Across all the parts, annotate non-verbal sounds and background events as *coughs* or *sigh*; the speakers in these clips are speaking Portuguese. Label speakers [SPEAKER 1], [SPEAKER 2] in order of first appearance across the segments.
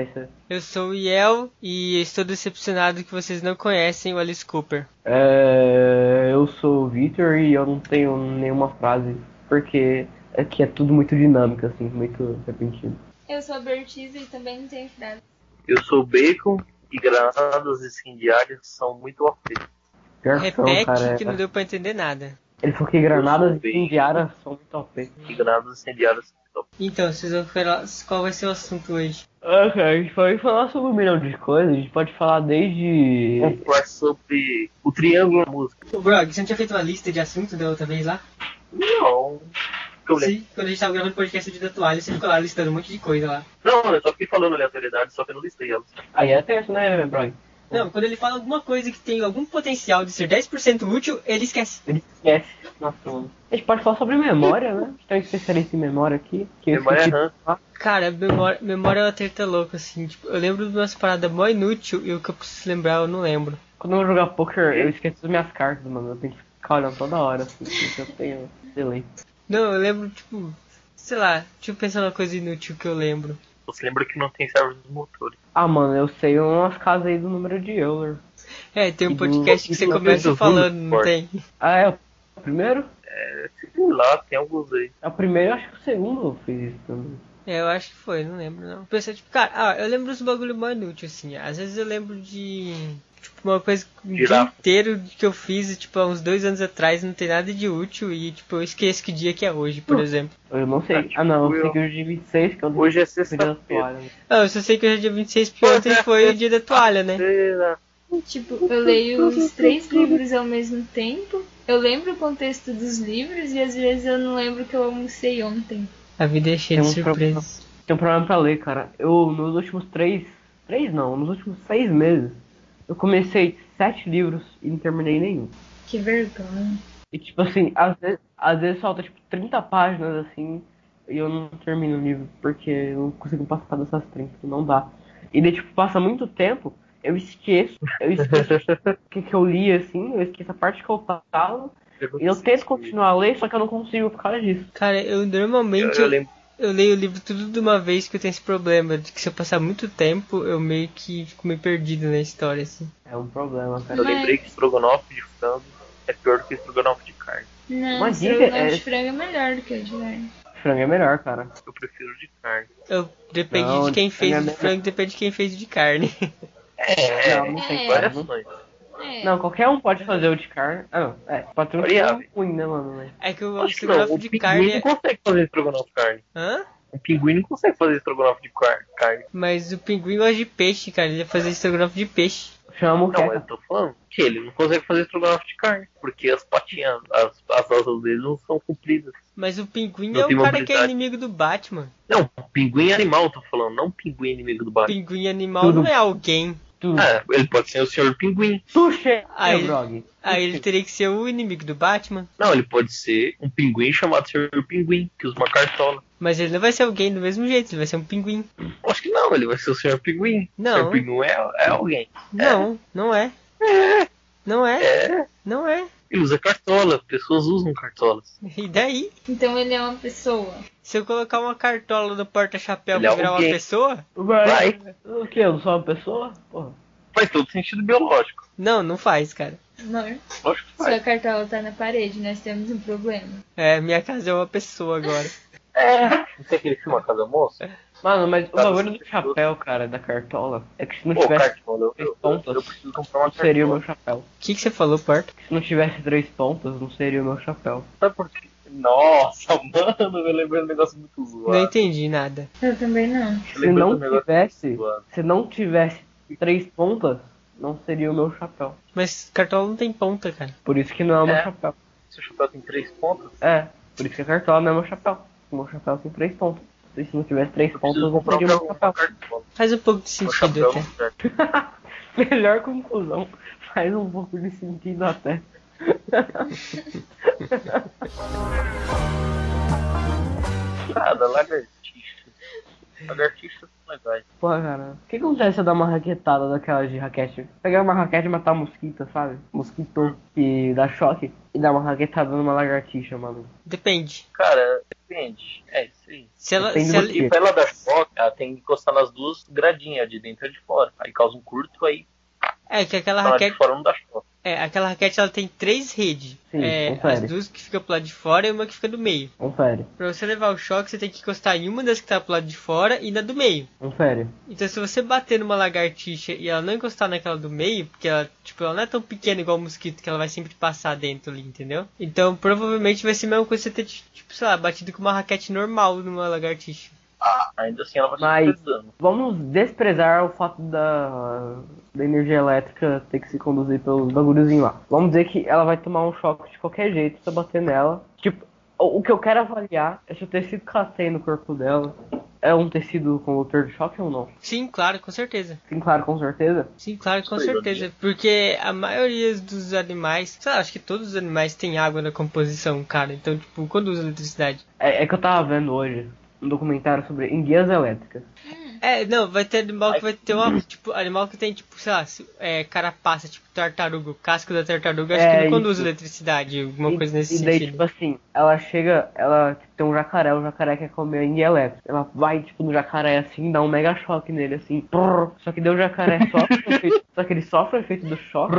[SPEAKER 1] Renata.
[SPEAKER 2] Eu sou o Yel e estou decepcionado que vocês não conhecem o Alice Cooper.
[SPEAKER 1] É, eu sou o Victor e eu não tenho nenhuma frase, porque aqui é tudo muito dinâmico, assim, muito repentino.
[SPEAKER 3] Eu sou a Bertiza e também não tenho frase.
[SPEAKER 4] Eu sou bacon e granadas incendiárias são muito OP.
[SPEAKER 1] Pior que são,
[SPEAKER 2] Repete
[SPEAKER 1] cara,
[SPEAKER 2] que não deu pra entender nada.
[SPEAKER 1] Ele falou que granadas incendiárias são muito OP.
[SPEAKER 4] E granadas incendiárias são muito OP.
[SPEAKER 2] Então, vocês vão falar qual vai ser o assunto hoje.
[SPEAKER 1] Ah, cara, a gente pode falar sobre um milhão de coisas, a gente pode falar desde.
[SPEAKER 4] Vamos falar sobre o triângulo da música.
[SPEAKER 2] Ô, Brog, você não tinha feito uma lista de assuntos da outra vez lá?
[SPEAKER 4] Não. Eu lembro.
[SPEAKER 2] Sim, quando a gente tava gravando o podcast de da toalha, você ficou lá listando um monte de coisa lá.
[SPEAKER 4] Não, eu só fiquei falando aleatoriedade, só que eu não listei elas.
[SPEAKER 1] Aí é tenso, né, Brian?
[SPEAKER 2] Não, quando ele fala alguma coisa que tem algum potencial de ser 10% útil, ele esquece.
[SPEAKER 1] Ele esquece. Nossa, mano. A gente pode falar sobre memória, né? A gente tá um especialista em memória aqui. Que eu
[SPEAKER 4] Memória
[SPEAKER 1] esqueci-
[SPEAKER 4] RAM.
[SPEAKER 2] Cara, memória, memória é uma treta louca, assim. Tipo, eu lembro de umas paradas mó inútil e o que eu preciso lembrar eu não lembro.
[SPEAKER 1] Quando eu vou jogar poker, eu esqueço das minhas cartas, mano. Eu tenho que ficar olhando toda hora, assim, porque eu tenho *laughs* delay.
[SPEAKER 2] Não, eu lembro, tipo, sei lá, deixa eu pensar numa coisa inútil que eu lembro.
[SPEAKER 4] Você lembra que não tem servo dos motores.
[SPEAKER 1] Ah, mano, eu sei umas casas aí do número de Euler.
[SPEAKER 2] É, tem um
[SPEAKER 1] E do-
[SPEAKER 2] podcast que
[SPEAKER 1] e
[SPEAKER 2] você
[SPEAKER 1] do
[SPEAKER 2] começa
[SPEAKER 4] Pedro
[SPEAKER 2] falando,
[SPEAKER 4] Rulo,
[SPEAKER 2] não
[SPEAKER 4] porra.
[SPEAKER 2] tem?
[SPEAKER 1] Ah, é o primeiro?
[SPEAKER 4] É, Sei lá, tem alguns aí.
[SPEAKER 1] É o primeiro, eu acho que o segundo eu fiz isso também.
[SPEAKER 2] É, eu acho que foi, não lembro não. Pensei, tipo, cara, ah, eu lembro uns bagulho mó inútil, assim. Às vezes eu lembro de. Tipo, uma coisa que o dia
[SPEAKER 4] Girafa.
[SPEAKER 2] inteiro que eu fiz, tipo, há uns dois anos atrás, não tem nada de útil e, tipo, eu esqueço que dia que é hoje, por exemplo.
[SPEAKER 1] Eu não sei.
[SPEAKER 4] Ah, tipo,
[SPEAKER 1] Ah, não, eu sei
[SPEAKER 4] eu-
[SPEAKER 1] que o de 26, que é o do
[SPEAKER 4] Hoje é
[SPEAKER 1] Fui da
[SPEAKER 4] sexta-feira.
[SPEAKER 1] toalha, né?
[SPEAKER 2] Ah, eu só sei que hoje é dia 26, porque ontem foi o dia da toalha, né?
[SPEAKER 4] Será?
[SPEAKER 3] Tipo, eu leio os três livros ao mesmo tempo. Eu lembro o contexto dos livros e às vezes eu não lembro o que eu almocei ontem.
[SPEAKER 2] A vida é cheia de
[SPEAKER 1] Tem um problema.
[SPEAKER 2] surpresas.
[SPEAKER 1] Tem um problema pra ler, cara. Eu, nos últimos três. Três não, nos últimos seis meses, eu comecei sete livros e não terminei nenhum.
[SPEAKER 3] Que vergonha.
[SPEAKER 1] E tipo assim, às vezes, às vezes falta tipo 30 páginas assim, e eu não termino o livro, porque eu não consigo passar dessas 30, não dá. E daí, tipo, passa muito tempo, eu esqueço, eu
[SPEAKER 4] *laughs*
[SPEAKER 1] esqueço o que, que eu li assim, eu esqueço a parte que eu tava, e eu tento continuar a ler, só que eu não consigo por causa disso.
[SPEAKER 2] Cara, eu
[SPEAKER 4] Eu,
[SPEAKER 2] normalmente
[SPEAKER 4] eu lembro.
[SPEAKER 2] eu leio o livro tudo de uma vez que eu tenho esse problema, de que se eu passar muito tempo, eu meio que fico meio perdido na história, assim.
[SPEAKER 1] É um problema, cara.
[SPEAKER 4] Eu lembrei que estrogonofe de frango é pior do que estrogonofe de carne.
[SPEAKER 3] Não,
[SPEAKER 1] Mas
[SPEAKER 3] o
[SPEAKER 1] diga,
[SPEAKER 3] é...
[SPEAKER 1] é-
[SPEAKER 3] de frango é melhor do que o de carne.
[SPEAKER 1] Frango é melhor, cara.
[SPEAKER 4] Eu prefiro de carne.
[SPEAKER 2] Eu depende
[SPEAKER 1] Não,
[SPEAKER 2] de quem
[SPEAKER 1] de
[SPEAKER 2] fez o
[SPEAKER 1] frango é
[SPEAKER 2] de
[SPEAKER 1] melhor.
[SPEAKER 2] frango, depende de quem fez o de carne. *laughs*
[SPEAKER 4] É,
[SPEAKER 1] não, não tem
[SPEAKER 3] é.
[SPEAKER 1] cara,
[SPEAKER 4] várias
[SPEAKER 1] não-
[SPEAKER 4] ações.
[SPEAKER 3] É,
[SPEAKER 1] Não, qualquer um pode fazer o de carne. Ah, não. É, pode ter um que é
[SPEAKER 4] Variável.
[SPEAKER 1] ruim, né, mano? né?
[SPEAKER 2] É que o
[SPEAKER 4] Acho que não,
[SPEAKER 2] estrogonofe
[SPEAKER 4] o
[SPEAKER 2] de
[SPEAKER 4] pinguim
[SPEAKER 2] carne
[SPEAKER 4] não
[SPEAKER 2] é...
[SPEAKER 4] consegue fazer estrogonofe de carne.
[SPEAKER 2] Hã?
[SPEAKER 4] O pinguim não consegue fazer estrogonofe de car- carne.
[SPEAKER 2] Mas o pinguim gosta de peixe, cara. Ele ia fazer estrogonofe de peixe.
[SPEAKER 1] Chama a
[SPEAKER 4] Não, mas
[SPEAKER 1] moqueca.
[SPEAKER 4] eu tô falando que ele não consegue fazer estrogonofe de carne. Porque as patinhas, as, as asas dele não são compridas.
[SPEAKER 2] Mas o pinguim
[SPEAKER 4] Não
[SPEAKER 2] é
[SPEAKER 4] tem
[SPEAKER 2] o cara que é
[SPEAKER 4] mobilidade.
[SPEAKER 2] inimigo do Batman.
[SPEAKER 4] Não, pinguim é animal, eu tô falando. Não pinguim inimigo do Batman.
[SPEAKER 2] Pinguim animal
[SPEAKER 1] Tudo.
[SPEAKER 2] não é alguém.
[SPEAKER 1] Tu,
[SPEAKER 4] Ah, ele pode ser o senhor pinguim.
[SPEAKER 1] tu chega,
[SPEAKER 2] Aí-
[SPEAKER 1] Brog.
[SPEAKER 2] Aí ele teria que ser o inimigo do Batman.
[SPEAKER 4] Não, ele pode ser um pinguim chamado senhor pinguim, que usa uma cartola.
[SPEAKER 2] Mas ele não vai ser alguém do mesmo jeito, ele vai ser um pinguim.
[SPEAKER 4] Eu Acho que não, ele vai ser o senhor pinguim.
[SPEAKER 2] Não.
[SPEAKER 4] O senhor pinguim é, é alguém.
[SPEAKER 2] Não, não é. Não é,
[SPEAKER 4] É,
[SPEAKER 2] não é.
[SPEAKER 4] ele usa cartola. Pessoas usam cartolas.
[SPEAKER 2] E daí?
[SPEAKER 3] Então ele é uma pessoa.
[SPEAKER 2] Se eu colocar uma cartola no porta-chapéu
[SPEAKER 4] Ele é
[SPEAKER 2] pra virar uma
[SPEAKER 4] alguém.
[SPEAKER 2] pessoa?
[SPEAKER 1] Vai. O que? Eu não sou uma pessoa? Porra.
[SPEAKER 4] Faz todo sentido biológico.
[SPEAKER 2] Não, não faz, cara.
[SPEAKER 3] Amor,
[SPEAKER 4] Lógico que faz.
[SPEAKER 3] é? sua cartola tá na parede, nós temos um problema.
[SPEAKER 2] É, minha casa é uma pessoa agora.
[SPEAKER 4] É. Não tem aquele filme A Casa
[SPEAKER 1] É,
[SPEAKER 4] Moça?
[SPEAKER 1] Mano, mas o
[SPEAKER 4] Cara,
[SPEAKER 1] bagulho
[SPEAKER 4] Tá, você
[SPEAKER 1] do
[SPEAKER 4] pessoa.
[SPEAKER 1] chapéu, cara, da cartola, é que se não
[SPEAKER 4] Pô,
[SPEAKER 1] tivesse
[SPEAKER 4] cartola, é eu, eu,
[SPEAKER 1] pontas,
[SPEAKER 4] eu preciso comprar uma
[SPEAKER 1] não seria o
[SPEAKER 4] cartola.
[SPEAKER 1] meu chapéu.
[SPEAKER 2] O que, que você falou, Porta?
[SPEAKER 1] Se não tivesse três pontas, não seria o meu chapéu.
[SPEAKER 4] Sabe por quê? Nossa, *laughs* mano, eu lembrei de um negócio muito
[SPEAKER 2] Não
[SPEAKER 4] zoado.
[SPEAKER 2] entendi nada.
[SPEAKER 3] Eu também não.
[SPEAKER 4] Eu
[SPEAKER 1] Se
[SPEAKER 4] lembrei de um
[SPEAKER 1] não
[SPEAKER 4] negócio
[SPEAKER 1] tivesse,
[SPEAKER 4] muito zoado.
[SPEAKER 1] se não tivesse três pontas, não seria o meu chapéu.
[SPEAKER 2] Mas cartola não tem ponta, cara.
[SPEAKER 1] Por isso que não é o meu
[SPEAKER 4] É.
[SPEAKER 1] chapéu.
[SPEAKER 4] Se o chapéu tem três pontas,
[SPEAKER 1] É, por isso que a cartola não é meu chapéu. O meu chapéu tem três pontas. Se não tivesse três
[SPEAKER 4] eu
[SPEAKER 1] pontas, não
[SPEAKER 4] preciso comprar
[SPEAKER 1] seria o meu
[SPEAKER 4] uma, uma
[SPEAKER 1] chapéu.
[SPEAKER 4] cartola.
[SPEAKER 2] Faz um pouco de
[SPEAKER 4] Um
[SPEAKER 2] sentido
[SPEAKER 4] chapéu,
[SPEAKER 2] até.
[SPEAKER 4] certo?
[SPEAKER 1] *laughs* Melhor conclusão. Faz um pouco de sentido até. *laughs*
[SPEAKER 4] Nada, lagartixa. é um Lagartixas são legais.
[SPEAKER 1] Porra, cara. O que acontece se eu dar uma raquetada daquelas de raquete? Pegar uma raquete e matar mosquita, sabe? Mosquito que dá choque. E dar uma raquetada numa lagartixa, mano.
[SPEAKER 2] Depende.
[SPEAKER 4] Cara, depende. É isso aí.
[SPEAKER 2] Se ela,
[SPEAKER 1] Depende
[SPEAKER 2] se
[SPEAKER 1] do
[SPEAKER 2] ela,
[SPEAKER 1] quê?
[SPEAKER 4] E pra ela dar choque, ela tem que encostar nas duas gradinhas, de dentro e de fora. Aí causa um curto, aí
[SPEAKER 2] é que aquela
[SPEAKER 4] na hora de
[SPEAKER 2] raquete,
[SPEAKER 4] fora não dá choque.
[SPEAKER 2] é, aquela raquete ela tem três redes.
[SPEAKER 1] Sim,
[SPEAKER 2] É,
[SPEAKER 1] confere.
[SPEAKER 2] as duas que ficam pro lado de fora e uma que fica do meio.
[SPEAKER 1] Confere,
[SPEAKER 2] Pra você levar o choque, você tem que encostar em uma das que tá pro lado de fora e na do meio.
[SPEAKER 1] confere.
[SPEAKER 2] Então se você bater numa lagartixa e ela não encostar naquela do meio, porque ela, tipo, ela não é tão pequena igual o mosquito que ela vai sempre passar dentro ali, entendeu? Então provavelmente vai ser a mesma coisa que você ter, tipo, sei lá, batido com uma raquete normal numa lagartixa.
[SPEAKER 4] Ainda assim ela vai
[SPEAKER 1] Mas-
[SPEAKER 4] sofrer dano.
[SPEAKER 1] Vamos desprezar o fato da, da energia elétrica ter que se conduzir pelos bagulhozinhos lá. Vamos dizer que ela vai tomar um choque de qualquer jeito se eu bater nela. Tipo, o, o que eu quero avaliar é se o tecido que ela tem no corpo dela é um tecido condutor de choque ou não.
[SPEAKER 2] Sim, claro, com certeza.
[SPEAKER 1] Sim, claro, com certeza.
[SPEAKER 2] Sim, claro, com
[SPEAKER 4] Isso aí,
[SPEAKER 2] certeza. Porque a maioria dos animais, sei lá, acho que todos os animais têm água na composição, cara. Então, tipo, conduz eletricidade.
[SPEAKER 1] É, é que eu tava vendo hoje um documentário sobre enguias elétricas.
[SPEAKER 2] É, não, vai ter animal que vai ter uma. Tipo, animal que tem, tipo, sei lá, se- é, carapaça, tipo, tartaruga, o casco da tartaruga, acho
[SPEAKER 1] É,
[SPEAKER 2] que não conduz
[SPEAKER 1] isso.
[SPEAKER 2] eletricidade, alguma
[SPEAKER 1] e,
[SPEAKER 2] coisa nesse
[SPEAKER 1] e daí,
[SPEAKER 2] sentido.
[SPEAKER 1] tipo assim, ela chega, ela tipo, tem um jacaré, o jacaré quer comer a enguia elétrica. Ela vai, tipo, no jacaré assim, dá um mega choque nele, assim. prrr. Só que deu o jacaré sofre
[SPEAKER 2] *laughs*
[SPEAKER 1] o efeito, só que ele sofre o efeito do choque,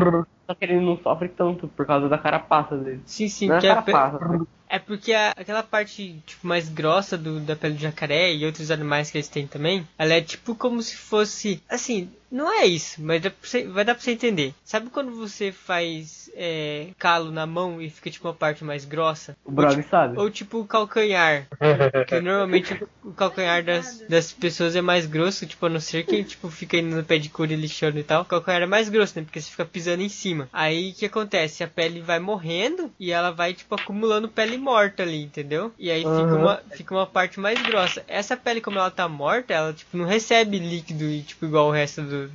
[SPEAKER 1] só que ele não sofre tanto por causa da carapaça dele.
[SPEAKER 2] Sim, sim,
[SPEAKER 1] não é
[SPEAKER 2] porque é, pe-
[SPEAKER 1] carapaça, né?
[SPEAKER 2] é porque a- aquela parte tipo, mais grossa do, da pele do jacaré e outros animais que eles têm também, ela é tipo como se fosse. Assim, não é isso, mas dá pra você- vai dar pra você entender. Sabe quando você faz é, calo na mão e fica tipo uma parte mais grossa?
[SPEAKER 1] o Brog sabe.
[SPEAKER 2] Ou tipo o
[SPEAKER 1] *laughs*
[SPEAKER 2] calcanhar. Que normalmente o calcanhar das, das pessoas é mais grosso, tipo, a não ser que tipo, fica indo no pé de cura e lixando e tal. O calcanhar é mais grosso, né? Porque você fica pisando em cima. Aí o que acontece? A pele vai morrendo e ela vai, tipo, acumulando pele morta ali, entendeu? E aí fica,
[SPEAKER 1] Aham.
[SPEAKER 2] uma, fica uma parte mais grossa. Essa pele, como ela tá morta, ela, tipo, não recebe líquido e, tipo, igual o resto do.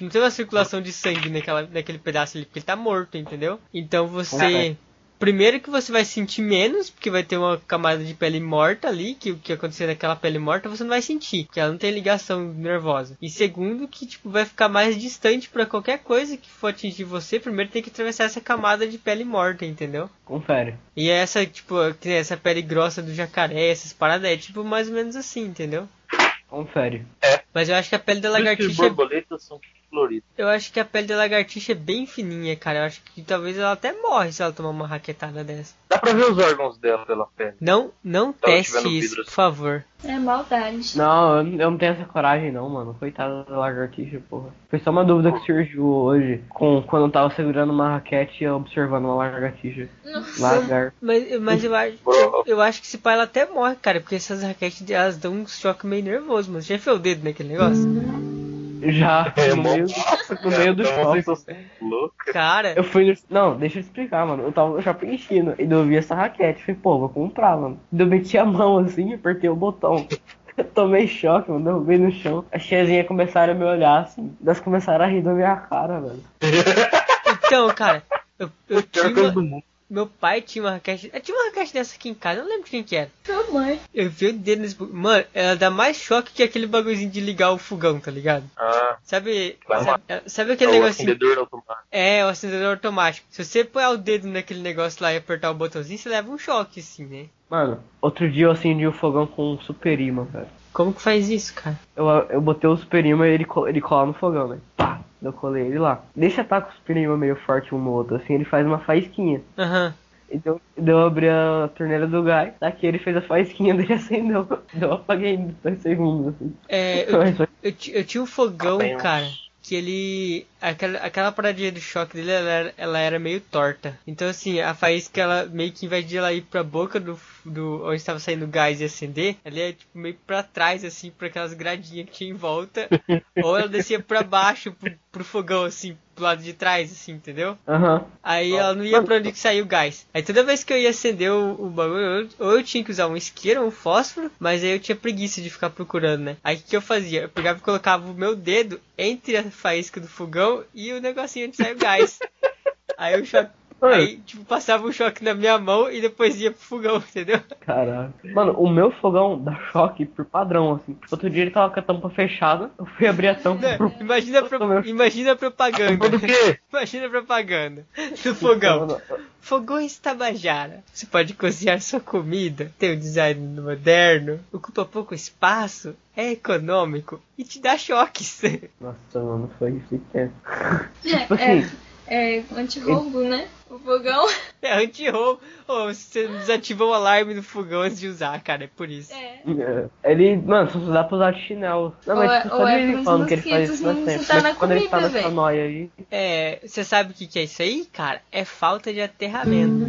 [SPEAKER 2] Não tem uma circulação de sangue naquela, naquele pedaço ali, porque ele tá morto, entendeu? Então você.
[SPEAKER 1] Caraca.
[SPEAKER 2] Primeiro que você vai sentir menos, porque vai ter uma camada de pele morta ali, que o que acontecer naquela pele morta você não vai sentir, porque ela não tem ligação nervosa. E segundo que tipo vai ficar mais distante pra qualquer coisa que for atingir você, primeiro tem que atravessar essa camada de pele morta, entendeu?
[SPEAKER 1] Confere.
[SPEAKER 2] E essa tipo, que nem essa pele grossa do jacaré, essas paradas é tipo mais ou menos assim, entendeu?
[SPEAKER 1] Confere.
[SPEAKER 2] Mas eu acho que a pele da
[SPEAKER 4] Os
[SPEAKER 2] lagartixa é
[SPEAKER 4] borboletas são tipo floridas.
[SPEAKER 2] Eu acho que a pele da lagartixa é bem fininha, cara. Eu acho que talvez ela até morre se ela tomar uma raquetada dessa.
[SPEAKER 4] Dá pra ver os órgãos dela pela pele.
[SPEAKER 2] Não, não
[SPEAKER 4] ela
[SPEAKER 2] teste
[SPEAKER 4] tiver no
[SPEAKER 2] isso,
[SPEAKER 4] vidro.
[SPEAKER 2] por favor.
[SPEAKER 3] É maldade.
[SPEAKER 1] Não, eu, eu não tenho essa coragem não, mano. Coitada da lagartixa, porra. Foi só uma dúvida que surgiu hoje com quando eu tava segurando uma raquete e observando uma lagartixa. Lagar.
[SPEAKER 2] Mas, mas eu, acho,
[SPEAKER 4] Bro.
[SPEAKER 2] eu acho que esse pai ela até morre, cara, porque essas raquetes elas dão um choque meio nervoso, mano. Você já enfiou o dedo naquele negócio?
[SPEAKER 1] Já
[SPEAKER 4] *laughs* É,
[SPEAKER 1] no,
[SPEAKER 4] mó
[SPEAKER 1] meio,
[SPEAKER 4] massa,
[SPEAKER 1] no
[SPEAKER 4] cara.
[SPEAKER 1] meio do
[SPEAKER 4] Então,
[SPEAKER 1] shopping.
[SPEAKER 4] vocês são loucos.
[SPEAKER 2] Cara,
[SPEAKER 1] Eu fui no. Não, deixa eu te explicar, mano. Eu tava no shopping chino e eu vi essa raquete. Falei, pô, vou comprar, mano. Daí Eu meti a mão assim e apertei o botão. *laughs* Eu tomei choque, mano. Derrubei no chão. As tiazinhas começaram a me olhar assim. Elas começaram a rir da minha cara, velho.
[SPEAKER 2] então, cara, eu, eu tinha
[SPEAKER 4] Pior coisa
[SPEAKER 2] uma,
[SPEAKER 4] do mundo.
[SPEAKER 2] Meu pai tinha uma raquete. Eu tinha uma raquete dessa aqui em casa, eu não lembro quem que era.
[SPEAKER 3] Sua mãe.
[SPEAKER 2] Eu vi o dedo nesse. bagulho. Mano, ela dá mais choque que aquele bagulhozinho de ligar o fogão, tá ligado?
[SPEAKER 4] Ah,
[SPEAKER 2] Sabe.
[SPEAKER 4] Vai
[SPEAKER 2] Sabe, sabe
[SPEAKER 4] é
[SPEAKER 2] aquele assim.
[SPEAKER 4] o
[SPEAKER 2] negocinho.
[SPEAKER 4] acendedor automático.
[SPEAKER 2] É, o acendedor automático. Se você pôr o dedo naquele negócio lá e apertar o botãozinho, você leva um choque, assim, né?
[SPEAKER 1] Mano, outro dia eu acendi o fogão com um super imã, velho.
[SPEAKER 2] Como que faz isso, cara?
[SPEAKER 1] Eu, eu botei o super imã e ele, co- ele cola no fogão, né? Pá! Eu colei ele lá. Deixa tá com o super imã meio forte um no outro, assim, ele faz uma faísquinha.
[SPEAKER 2] Aham.
[SPEAKER 1] Então, daí eu abri a torneira do gás, daqui ele fez a faísquinha dele *laughs* e acendeu. Eu apaguei em dois segundos, assim.
[SPEAKER 2] É, eu,
[SPEAKER 1] Mas foi-
[SPEAKER 2] eu, ti- eu tinha um fogão,
[SPEAKER 4] Apenas.
[SPEAKER 2] cara, que ele. Aquela, aquela paradinha do choque dele, ela era, ela era meio torta. Então, assim, a faísca, ela meio que, em vez de ela ir pra boca do, f- do onde estava saindo o gás e acender, ela ia, tipo, meio pra trás, assim, pra aquelas gradinhas que tinha em *laughs* volta. ou ela descia pra baixo, pro, pro fogão, assim, pro lado de trás, assim, entendeu?
[SPEAKER 1] Aham.
[SPEAKER 2] Aí ela não ia pra onde que saiu o gás. Aí toda vez que eu ia acender o, o bagulho, eu- ou eu tinha que usar um isqueiro ou um fósforo, mas aí eu tinha preguiça de ficar procurando, né? Aí o que, que eu fazia? Eu pegava e colocava o meu
[SPEAKER 1] *laughs*
[SPEAKER 2] dedo entre a faísca do fogão e o negocinho onde saiu o gás. aí o choque Aí, tipo, passava um choque na minha mão e depois ia pro fogão,
[SPEAKER 1] *laughs*
[SPEAKER 2] entendeu?
[SPEAKER 1] Caralho. Mano, o meu fogão dá choque por padrão, assim. Outro dia ele tava com a tampa fechada, eu fui abrir a tampa.
[SPEAKER 2] Né? Imagina, a pro-
[SPEAKER 1] Nossa, meu.
[SPEAKER 2] imagina a propaganda.
[SPEAKER 4] Por quê?
[SPEAKER 2] Imagina a propaganda do fogão. Fogões Tabajara. Você pode cozinhar sua comida, tem um design moderno, ocupa pouco espaço, é econômico e te dá choques. *laughs*
[SPEAKER 1] Nossa, mano, foi isso que é. Tipo
[SPEAKER 3] É,
[SPEAKER 1] assim,
[SPEAKER 3] é, é anti-roubo, né? O fogão.
[SPEAKER 2] É anti-roubo. Ô, você desativou o alarme do fogão antes de usar, cara, é por isso.
[SPEAKER 3] É.
[SPEAKER 1] é, ele, mano, só dá pra usar de chinelo. Não,
[SPEAKER 3] Ou é-
[SPEAKER 1] mas tipo,
[SPEAKER 3] ou
[SPEAKER 1] só
[SPEAKER 3] é
[SPEAKER 1] de vez em
[SPEAKER 3] pros
[SPEAKER 1] quando que ele faz isso
[SPEAKER 3] mosquitos não
[SPEAKER 1] bastante.
[SPEAKER 3] sentar
[SPEAKER 1] Mas
[SPEAKER 3] na
[SPEAKER 1] quando ele tá
[SPEAKER 3] comida,
[SPEAKER 1] nessa
[SPEAKER 3] véi.
[SPEAKER 1] noia aí,
[SPEAKER 2] É, você sabe o que, que é isso aí, cara? É falta de aterramento.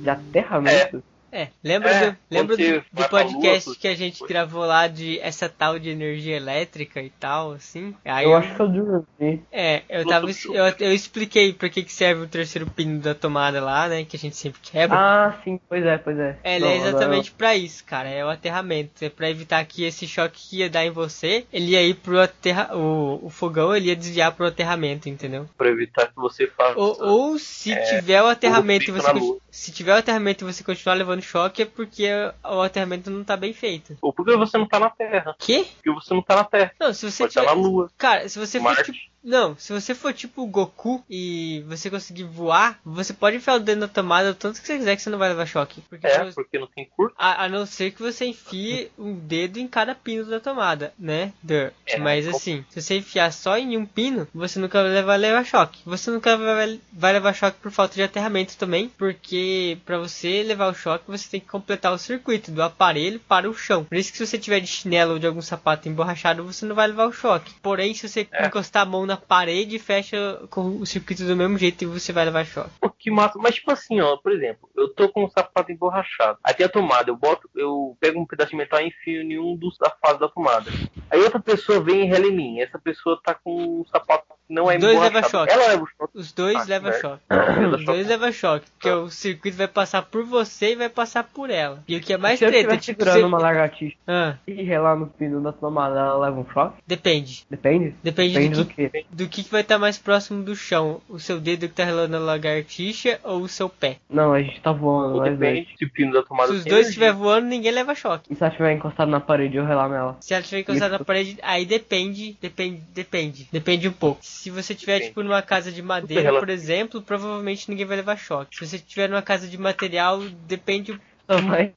[SPEAKER 1] de aterramento.
[SPEAKER 2] É, lembra
[SPEAKER 4] É,
[SPEAKER 2] do, lembra do,
[SPEAKER 4] quando você
[SPEAKER 2] do
[SPEAKER 4] vai pra lua,
[SPEAKER 2] podcast
[SPEAKER 4] tudo.
[SPEAKER 2] que a gente gravou lá de essa tal de energia elétrica e tal, assim? Aí
[SPEAKER 1] eu acho que eu dormi.
[SPEAKER 2] É, eu
[SPEAKER 4] Outro
[SPEAKER 2] tava.
[SPEAKER 4] show.
[SPEAKER 2] Eu, eu expliquei pra que, que serve o terceiro pino da tomada lá, né? Que a gente sempre quebra.
[SPEAKER 1] Ah, sim, pois é, pois é.
[SPEAKER 2] Ela
[SPEAKER 1] Não,
[SPEAKER 2] é
[SPEAKER 1] agora eu-
[SPEAKER 2] exatamente pra isso, cara. É o aterramento. É pra evitar que esse choque que ia dar em você, ele ia ir pro aterra... o, o fogão, ele ia desviar pro aterramento, entendeu?
[SPEAKER 4] Pra evitar que você faça.
[SPEAKER 2] Ou, ou se tiver o aterramento e
[SPEAKER 4] pico
[SPEAKER 2] você
[SPEAKER 4] É, na
[SPEAKER 2] conti-
[SPEAKER 4] lua.
[SPEAKER 2] se tiver o aterramento e você continuar levando choque é porque o aterramento não tá bem feito.
[SPEAKER 4] Ou porque você não tá na Terra.
[SPEAKER 2] Que?
[SPEAKER 4] Porque você não tá na Terra.
[SPEAKER 2] Não, se você
[SPEAKER 4] Pode
[SPEAKER 2] tiver
[SPEAKER 4] estar na Lua.
[SPEAKER 2] Cara, se você for
[SPEAKER 4] Marte.
[SPEAKER 2] tipo. Não, se você for tipo o Goku e você conseguir voar, você pode enfiar o dedo na tomada o tanto que você quiser que você não vai levar choque. Porque tipo,
[SPEAKER 4] É,
[SPEAKER 2] você-
[SPEAKER 4] porque não tem curto.
[SPEAKER 2] a, a não ser que você enfie um dedo em cada pino da tomada, né? Duh.
[SPEAKER 4] É,
[SPEAKER 2] Mas
[SPEAKER 4] com-
[SPEAKER 2] assim, se você enfiar só em um pino, você nunca vai levar, levar choque. Você nunca vai, vai levar choque por falta de aterramento também, porque pra você levar o choque, você tem que completar o circuito do aparelho para o chão. Por isso que se você tiver de chinelo ou de algum sapato emborrachado, você não vai levar o choque. Porém, se você
[SPEAKER 4] É.
[SPEAKER 2] encostar a mão na parede, fecha com o circuito do mesmo jeito e você vai levar choque.
[SPEAKER 4] Pô, que massa. Mas tipo assim, ó, por exemplo, eu tô com um sapato emborrachado. Aí tem a tomada, eu boto, eu pego um pedaço de metal e enfio em um dos da fase da tomada. Aí outra pessoa vem e rela em mim. Essa pessoa tá com um sapato que não é
[SPEAKER 2] Os dois
[SPEAKER 4] emborrachado.
[SPEAKER 2] levam choque.
[SPEAKER 4] Ela leva o choque.
[SPEAKER 2] Os dois
[SPEAKER 4] Ah, que
[SPEAKER 2] levam
[SPEAKER 4] merda. *coughs*
[SPEAKER 2] choque.
[SPEAKER 4] Ela
[SPEAKER 2] Os dois levam choque, porque o circuito vai passar por você e vai passar por ela. E o que é mais
[SPEAKER 1] Se eu
[SPEAKER 2] treta,
[SPEAKER 1] estiver
[SPEAKER 2] tipo,
[SPEAKER 1] segurando
[SPEAKER 2] você-
[SPEAKER 1] uma lagartixa
[SPEAKER 2] Ah,
[SPEAKER 1] e relar no pino da tomada, ela leva um choque?
[SPEAKER 2] depende.
[SPEAKER 1] Depende?
[SPEAKER 2] Depende,
[SPEAKER 1] Depende
[SPEAKER 2] do,
[SPEAKER 1] do quê?
[SPEAKER 2] que, do que que vai estar mais próximo do chão. O seu dedo que tá relando a lagartixa ou o seu pé.
[SPEAKER 1] Não, a gente tá voando,
[SPEAKER 4] Ou
[SPEAKER 1] nós dois.
[SPEAKER 4] depende se o pino tipo, da tomada
[SPEAKER 2] Se os
[SPEAKER 4] tem
[SPEAKER 2] dois
[SPEAKER 4] energia.
[SPEAKER 2] estiver voando, ninguém leva choque.
[SPEAKER 1] E se ela estiver encostada na parede, eu relar nela.
[SPEAKER 2] Se ela estiver encostada na parede, aí depende, depende, depende. Depende um pouco. Se você tiver,
[SPEAKER 4] Depende.
[SPEAKER 2] tipo, numa casa de
[SPEAKER 4] Super
[SPEAKER 2] madeira,
[SPEAKER 4] rela-
[SPEAKER 2] por exemplo, provavelmente ninguém vai levar choque. Se você tiver numa casa de material, depende um
[SPEAKER 1] Só vai,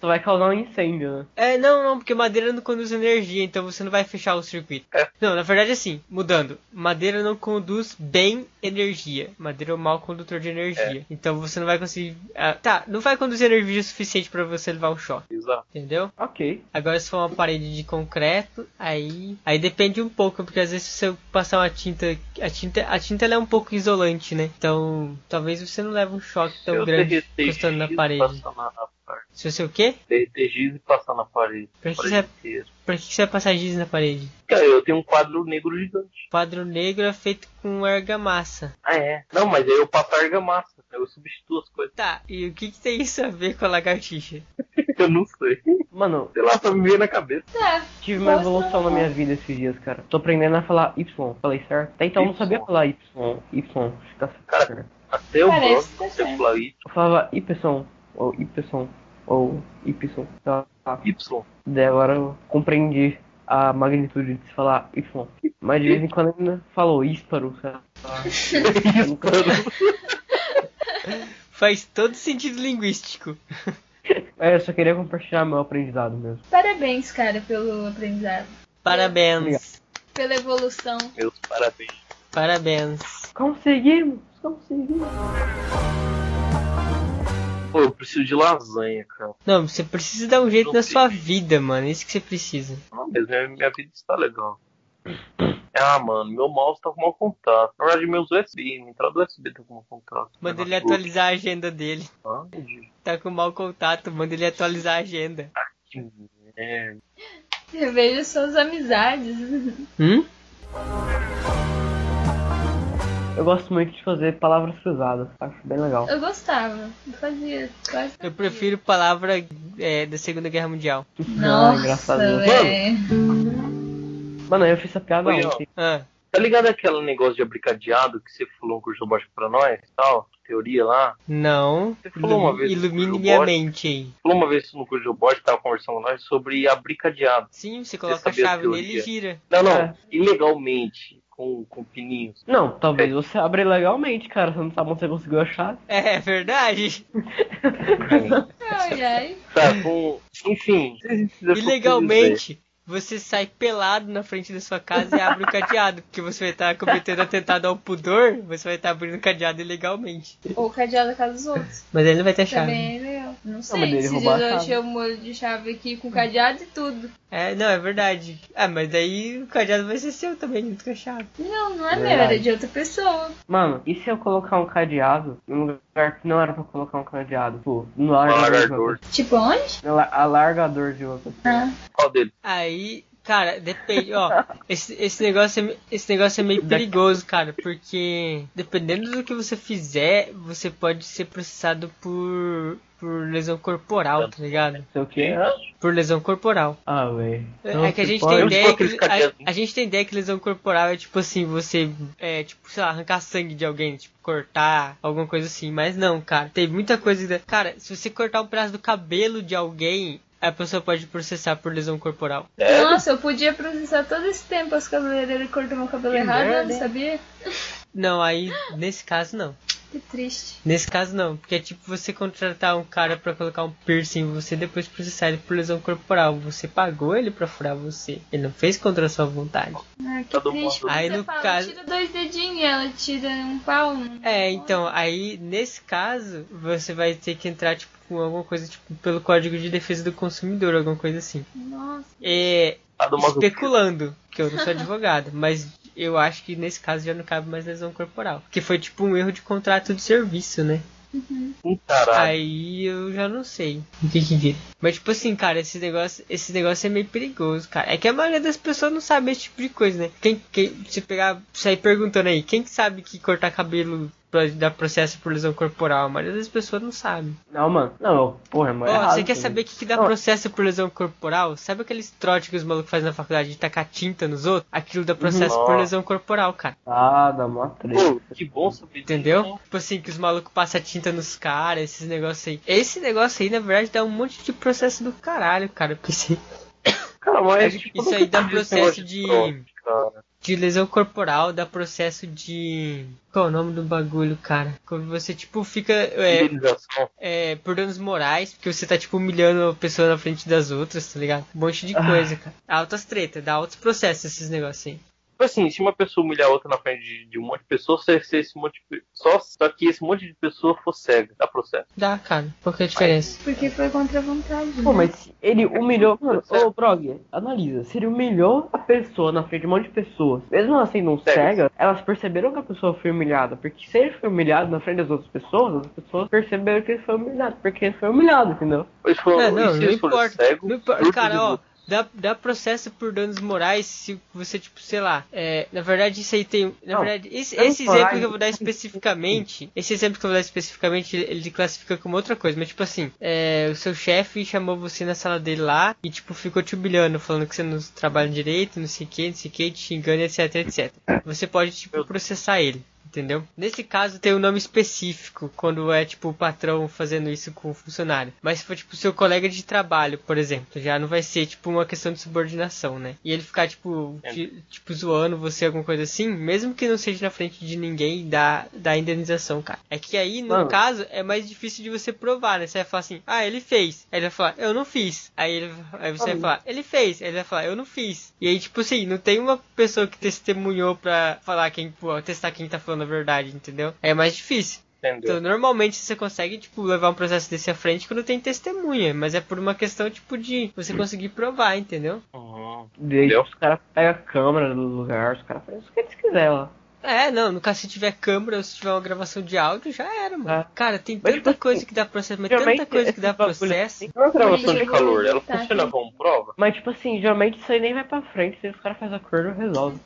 [SPEAKER 1] só vai causar um incêndio, né?
[SPEAKER 2] É, não, não, porque madeira não conduz energia, então você não vai fechar o circuito.
[SPEAKER 4] É.
[SPEAKER 2] Não, na verdade assim, mudando. Madeira não conduz bem energia. Madeira é um mau condutor de energia.
[SPEAKER 4] É.
[SPEAKER 2] Então você não vai conseguir. ah, tá, não vai conduzir energia o suficiente pra você levar um choque,
[SPEAKER 4] Exato.
[SPEAKER 2] entendeu?
[SPEAKER 1] Ok.
[SPEAKER 2] Agora se for uma parede de concreto, aí. Aí depende um pouco, porque às vezes se você passar uma tinta. A tinta, a tinta ela é um pouco isolante, né? Então talvez você não leve um choque tão
[SPEAKER 4] eu
[SPEAKER 2] grande
[SPEAKER 4] derreter
[SPEAKER 2] encostando na
[SPEAKER 4] giz e
[SPEAKER 2] parede.
[SPEAKER 4] Passar na, na parede.
[SPEAKER 2] Se você o quê?
[SPEAKER 4] Derreter giz e passar na parede.
[SPEAKER 2] Pra que
[SPEAKER 4] Parede
[SPEAKER 2] você-
[SPEAKER 4] inteira.
[SPEAKER 2] Por que que você vai passar giz na parede?
[SPEAKER 4] Cara, eu tenho um quadro negro gigante.
[SPEAKER 2] quadro negro é feito com argamassa.
[SPEAKER 4] Ah, é? Não, mas aí eu passo a argamassa. Eu substituo as coisas. *laughs*
[SPEAKER 2] Tá, e o que, que tem isso a ver com a lagartixa?
[SPEAKER 4] Eu não sei.
[SPEAKER 1] Mano,
[SPEAKER 4] Sei lá, só me veio na cabeça.
[SPEAKER 3] Tá.
[SPEAKER 1] tive uma
[SPEAKER 3] Mostra
[SPEAKER 1] evolução na minha vida esses dias, cara. Tô aprendendo a falar Y. Falei certo? Até então eu não sabia
[SPEAKER 4] Y.
[SPEAKER 1] falar Y. Y. Tá certo.
[SPEAKER 4] Até o é
[SPEAKER 3] Parece que
[SPEAKER 4] Bronco,
[SPEAKER 3] tá
[SPEAKER 4] até
[SPEAKER 3] certo.
[SPEAKER 4] o Flaí,
[SPEAKER 1] Eu falava Y. Ou Y. Ou Y. Tá.
[SPEAKER 4] Y.
[SPEAKER 1] Daí agora eu compreendi a magnitude de se falar Y. Mas de vez em quando ainda falou ísparo, cara. Eu nunca-
[SPEAKER 2] Faz todo sentido linguístico.
[SPEAKER 1] *laughs* É, eu só queria compartilhar meu aprendizado mesmo.
[SPEAKER 3] Parabéns, cara, pelo aprendizado.
[SPEAKER 2] Parabéns,
[SPEAKER 3] Pela evolução.
[SPEAKER 4] Meus parabéns.
[SPEAKER 2] parabéns.
[SPEAKER 1] Conseguimos! Conseguimos!
[SPEAKER 4] Pô, eu preciso de lasanha, cara.
[SPEAKER 2] Não, você precisa dar um jeito
[SPEAKER 4] Não
[SPEAKER 2] na
[SPEAKER 4] sei.
[SPEAKER 2] sua vida, mano. É Isso que você precisa.
[SPEAKER 4] Não, mas minha, minha vida está legal. Ah, mano, meu mouse tá com mau contato. Na verdade, meus USB, minha entrada USB tá com mau contato.
[SPEAKER 2] Manda ele é
[SPEAKER 4] Ah,
[SPEAKER 2] atualizar a agenda dele.
[SPEAKER 4] ah, entendi.
[SPEAKER 2] Tá com mau contato, manda ele atualizar a agenda.
[SPEAKER 4] Que merda.
[SPEAKER 3] Reveja suas amizades.
[SPEAKER 2] Hum?
[SPEAKER 1] Eu gosto muito de fazer palavras cruzadas, acho bem legal.
[SPEAKER 3] Eu gostava. Eu fazia quase.
[SPEAKER 2] Eu prefiro palavra é, da Segunda Guerra Mundial.
[SPEAKER 1] Ah,
[SPEAKER 3] Nossa,
[SPEAKER 1] engraçado.
[SPEAKER 3] velho.
[SPEAKER 1] Mano, eu fiz essa piada
[SPEAKER 4] Oi, ó.
[SPEAKER 1] ontem.
[SPEAKER 2] Ah,
[SPEAKER 4] Tá ligado aquele negócio de abrir cadeado que você falou um curso baixo pra nós e tal? Teoria lá?
[SPEAKER 2] Não.
[SPEAKER 4] Você falou uma vez
[SPEAKER 2] Ilumine
[SPEAKER 4] sobre o
[SPEAKER 2] minha
[SPEAKER 4] bot?
[SPEAKER 2] mente aí.
[SPEAKER 4] Falou uma vez no curso de robótica, tava conversando com nós sobre abrir cadeado.
[SPEAKER 2] Sim, você coloca a
[SPEAKER 4] sabia a
[SPEAKER 2] chave nele e
[SPEAKER 4] teoria?
[SPEAKER 2] gira.
[SPEAKER 4] Não, não,
[SPEAKER 1] É.
[SPEAKER 4] ilegalmente, com, com pininhos.
[SPEAKER 1] Não, talvez você abra legalmente, cara. Você não sabe onde você conseguiu achar.
[SPEAKER 2] É verdade.
[SPEAKER 3] Ai, ai.
[SPEAKER 4] Sabe, Tá, com. Enfim.
[SPEAKER 2] *laughs* Ilegalmente, você sai pelado na frente da sua casa e abre o cadeado. Porque você vai estar cometendo atentado ao pudor, você vai estar abrindo o cadeado ilegalmente.
[SPEAKER 3] Ou cadeado da casa dos outros.
[SPEAKER 2] Mas ele não vai ter chave.
[SPEAKER 3] Também é legal. Não
[SPEAKER 1] mas
[SPEAKER 3] sei,
[SPEAKER 1] dele
[SPEAKER 3] esses
[SPEAKER 1] roubar
[SPEAKER 3] dias eu
[SPEAKER 1] a
[SPEAKER 3] achei o molho de chave aqui com cadeado e tudo.
[SPEAKER 2] É, não, é verdade. Ah, mas daí o cadeado vai ser seu também, junto com a chave.
[SPEAKER 3] Não, não é meu,
[SPEAKER 1] Verdade.
[SPEAKER 3] era de outra pessoa.
[SPEAKER 1] Mano, e se eu colocar um cadeado num lugar que não era pra colocar um cadeado? Pô, no
[SPEAKER 4] Alargador.
[SPEAKER 1] alargador.
[SPEAKER 3] Tipo, onde?
[SPEAKER 1] de uma- no Alargador de outra.
[SPEAKER 3] Ah,
[SPEAKER 4] né? Qual dele?
[SPEAKER 2] Aí, cara, depende, ó. Esse, esse, negócio é, esse negócio é meio
[SPEAKER 1] Daqui-
[SPEAKER 2] perigoso, cara, porque dependendo do que você fizer, você pode ser processado por, por lesão corporal, tá ligado?
[SPEAKER 1] Sei o quê?
[SPEAKER 2] Por lesão corporal.
[SPEAKER 1] Ah, velho.
[SPEAKER 2] É
[SPEAKER 1] Não,
[SPEAKER 2] que a
[SPEAKER 1] você
[SPEAKER 2] gente
[SPEAKER 1] pode-
[SPEAKER 2] tem
[SPEAKER 4] Eu
[SPEAKER 2] ideia
[SPEAKER 4] sou
[SPEAKER 2] que,
[SPEAKER 4] aquele cara que-
[SPEAKER 2] a, a gente tem ideia que lesão corporal é tipo assim, você é tipo, sei lá, arrancar sangue de alguém, tipo, cortar, alguma coisa assim, mas não, cara. Tem muita coisa. da- Cara, se você cortar um pedaço do cabelo de alguém, a pessoa pode processar por lesão corporal.
[SPEAKER 3] Nossa, eu podia processar todo esse tempo as cabeleireiras cortando meu cabelo
[SPEAKER 2] Que
[SPEAKER 3] errado,
[SPEAKER 2] merda,
[SPEAKER 3] eu não
[SPEAKER 2] hein?
[SPEAKER 3] sabia?
[SPEAKER 2] Não, aí nesse caso não.
[SPEAKER 3] Que triste.
[SPEAKER 2] Nesse caso não, porque é tipo você contratar um cara pra colocar um piercing em você e depois processar ele por lesão corporal. Você pagou ele pra furar você. Ele não fez contra a sua vontade.
[SPEAKER 3] Ah, que
[SPEAKER 4] Tá do
[SPEAKER 3] triste.
[SPEAKER 4] modo.
[SPEAKER 2] Aí,
[SPEAKER 3] Você
[SPEAKER 2] no
[SPEAKER 3] fala,
[SPEAKER 2] caso-
[SPEAKER 3] tira dois dedinhos e ela tira um pau. um-
[SPEAKER 2] É, então, aí nesse caso, você vai ter que entrar tipo com alguma coisa tipo pelo Código de Defesa do Consumidor, alguma coisa assim.
[SPEAKER 3] Nossa,
[SPEAKER 2] É,
[SPEAKER 4] A do Mazuki.
[SPEAKER 2] especulando, que eu não sou advogado, *laughs* mas eu acho que nesse caso já não cabe mais lesão corporal, que foi tipo um erro de contrato de serviço, né?
[SPEAKER 4] Hum,
[SPEAKER 1] Tá.
[SPEAKER 4] Caralho.
[SPEAKER 2] Aí eu já não sei o que que vira. Mas tipo assim, cara, esse negócio, esse negócio é meio perigoso, cara. É que a maioria das pessoas não sabe esse tipo de coisa, né? Quem, quem se pegar, sair perguntando aí, quem que sabe que cortar cabelo pode dar processo por lesão corporal? A maioria das pessoas não sabe.
[SPEAKER 1] Não, mano. Não, porra,
[SPEAKER 2] Ó,
[SPEAKER 1] mas. é errado,
[SPEAKER 2] você quer
[SPEAKER 1] tá
[SPEAKER 2] saber o
[SPEAKER 1] ligado?
[SPEAKER 2] que, que dá
[SPEAKER 1] Não.
[SPEAKER 2] processo por lesão corporal? Sabe aqueles trote que os malucos fazem na faculdade de tacar tinta nos outros? Aquilo dá processo por
[SPEAKER 4] Nossa.
[SPEAKER 2] lesão corporal, cara.
[SPEAKER 1] Ah, dá mó treta.
[SPEAKER 4] Pô, que bom saber disso,
[SPEAKER 2] Entendeu?
[SPEAKER 4] hein?
[SPEAKER 2] Tipo assim, que os malucos passam tinta nos caras, esses negócios aí. Esse negócio aí, na verdade, dá um monte de processo do caralho, cara. Porque se-
[SPEAKER 4] Cara, mas
[SPEAKER 2] Isso
[SPEAKER 4] tipo, nunca
[SPEAKER 2] aí dá
[SPEAKER 4] tive esse
[SPEAKER 2] processo
[SPEAKER 4] negócio
[SPEAKER 2] de-
[SPEAKER 4] trote, cara.
[SPEAKER 2] *laughs* de lesão corporal dá processo de. Qual é o nome do bagulho, cara? Quando você, tipo, fica. É,
[SPEAKER 4] Indenização.
[SPEAKER 2] é, por danos morais, porque você tá, tipo, humilhando a pessoa na frente das outras, tá ligado? Um monte
[SPEAKER 4] Ah.
[SPEAKER 2] de coisa, cara. Altas tretas, dá altos processos esses negócios aí.
[SPEAKER 4] Tipo assim, se uma pessoa humilhar outra na frente de, de um monte de pessoa, se, se esse monte de pe- só, só que esse monte de pessoa for cega, dá processo.
[SPEAKER 2] Dá, cara. Qual que é a diferença?
[SPEAKER 3] porque foi contra a vontade. né?
[SPEAKER 1] Pô, mas se ele humilhou. Mano, ô, Brog, analisa. Se ele humilhou a pessoa na frente de um monte de pessoas, mesmo ela sendo um
[SPEAKER 4] Cegas.
[SPEAKER 1] cega, elas perceberam que a pessoa foi humilhada. Porque se ele foi humilhado na frente das outras pessoas, as pessoas perceberam que ele foi humilhado. Porque ele foi humilhado, entendeu?
[SPEAKER 4] Eles foram,
[SPEAKER 2] É, não,
[SPEAKER 4] e se
[SPEAKER 2] não
[SPEAKER 4] eles forem
[SPEAKER 2] importa.
[SPEAKER 4] cegos,
[SPEAKER 2] Não importa.
[SPEAKER 4] brutos e
[SPEAKER 2] Cara, ó,
[SPEAKER 4] brutos?
[SPEAKER 2] dá, dá processo por danos morais se você, tipo, sei lá. é, na verdade, isso aí tem. Na
[SPEAKER 1] Não,
[SPEAKER 2] verdade, esse,
[SPEAKER 1] danos
[SPEAKER 2] esse exemplo
[SPEAKER 1] morais-
[SPEAKER 2] que eu vou dar
[SPEAKER 1] *laughs*
[SPEAKER 2] especificamente. Esse exemplo que eu vou dar especificamente, ele, ele classifica como outra coisa. Mas, tipo assim, é, o seu chefe chamou você na sala dele lá e, tipo, ficou te humilhando, falando que você não trabalha direito, não sei o que, não sei o que, te xingando, etc, etc. Você pode, tipo, processar ele. Entendeu? Nesse caso tem um nome específico quando é tipo o patrão fazendo isso com o funcionário. Mas se for tipo seu colega de trabalho, por exemplo, já não vai ser tipo uma questão de subordinação, né? E ele ficar tipo, ti- tipo zoando você, alguma coisa assim, mesmo que não seja na frente de ninguém, dá, dá indenização, cara. É que aí, no
[SPEAKER 1] Mano.
[SPEAKER 2] caso, é mais difícil de você provar, né? Você vai falar assim, ah, ele fez. Aí ele vai falar, eu não fiz. Aí, ele, aí você vai
[SPEAKER 1] Ah,
[SPEAKER 2] falar, ele fez. Aí ele vai falar, eu não fiz. E aí, tipo assim, não tem uma pessoa que testemunhou pra falar quem, pô, testar quem tá falando a verdade, entendeu? É mais difícil.
[SPEAKER 4] Entendeu?
[SPEAKER 2] Então, normalmente você consegue, tipo, levar um processo desse à frente quando tem testemunha, mas é por uma questão, tipo, de você conseguir provar, entendeu?
[SPEAKER 4] Uhum.
[SPEAKER 1] Daí
[SPEAKER 4] Entendeu?
[SPEAKER 1] os caras pegam a câmera do lugar, os caras fazem o que eles quiserem lá.
[SPEAKER 2] É, não, no caso se tiver câmera ou se tiver uma gravação de áudio, já era, mano.
[SPEAKER 1] Ah.
[SPEAKER 2] Cara, tem
[SPEAKER 1] Mas,
[SPEAKER 2] tanta
[SPEAKER 1] tipo,
[SPEAKER 2] coisa que dá processo, mas
[SPEAKER 1] geralmente
[SPEAKER 2] tanta coisa que dá
[SPEAKER 1] esses bagulho-
[SPEAKER 2] processo.
[SPEAKER 4] Não é uma gravação de
[SPEAKER 3] Mas-
[SPEAKER 4] calor, ela
[SPEAKER 3] Tá.
[SPEAKER 4] funciona como prova?
[SPEAKER 1] Mas, tipo assim, geralmente isso aí nem vai pra frente. Se os caras fazem acordo, resolve.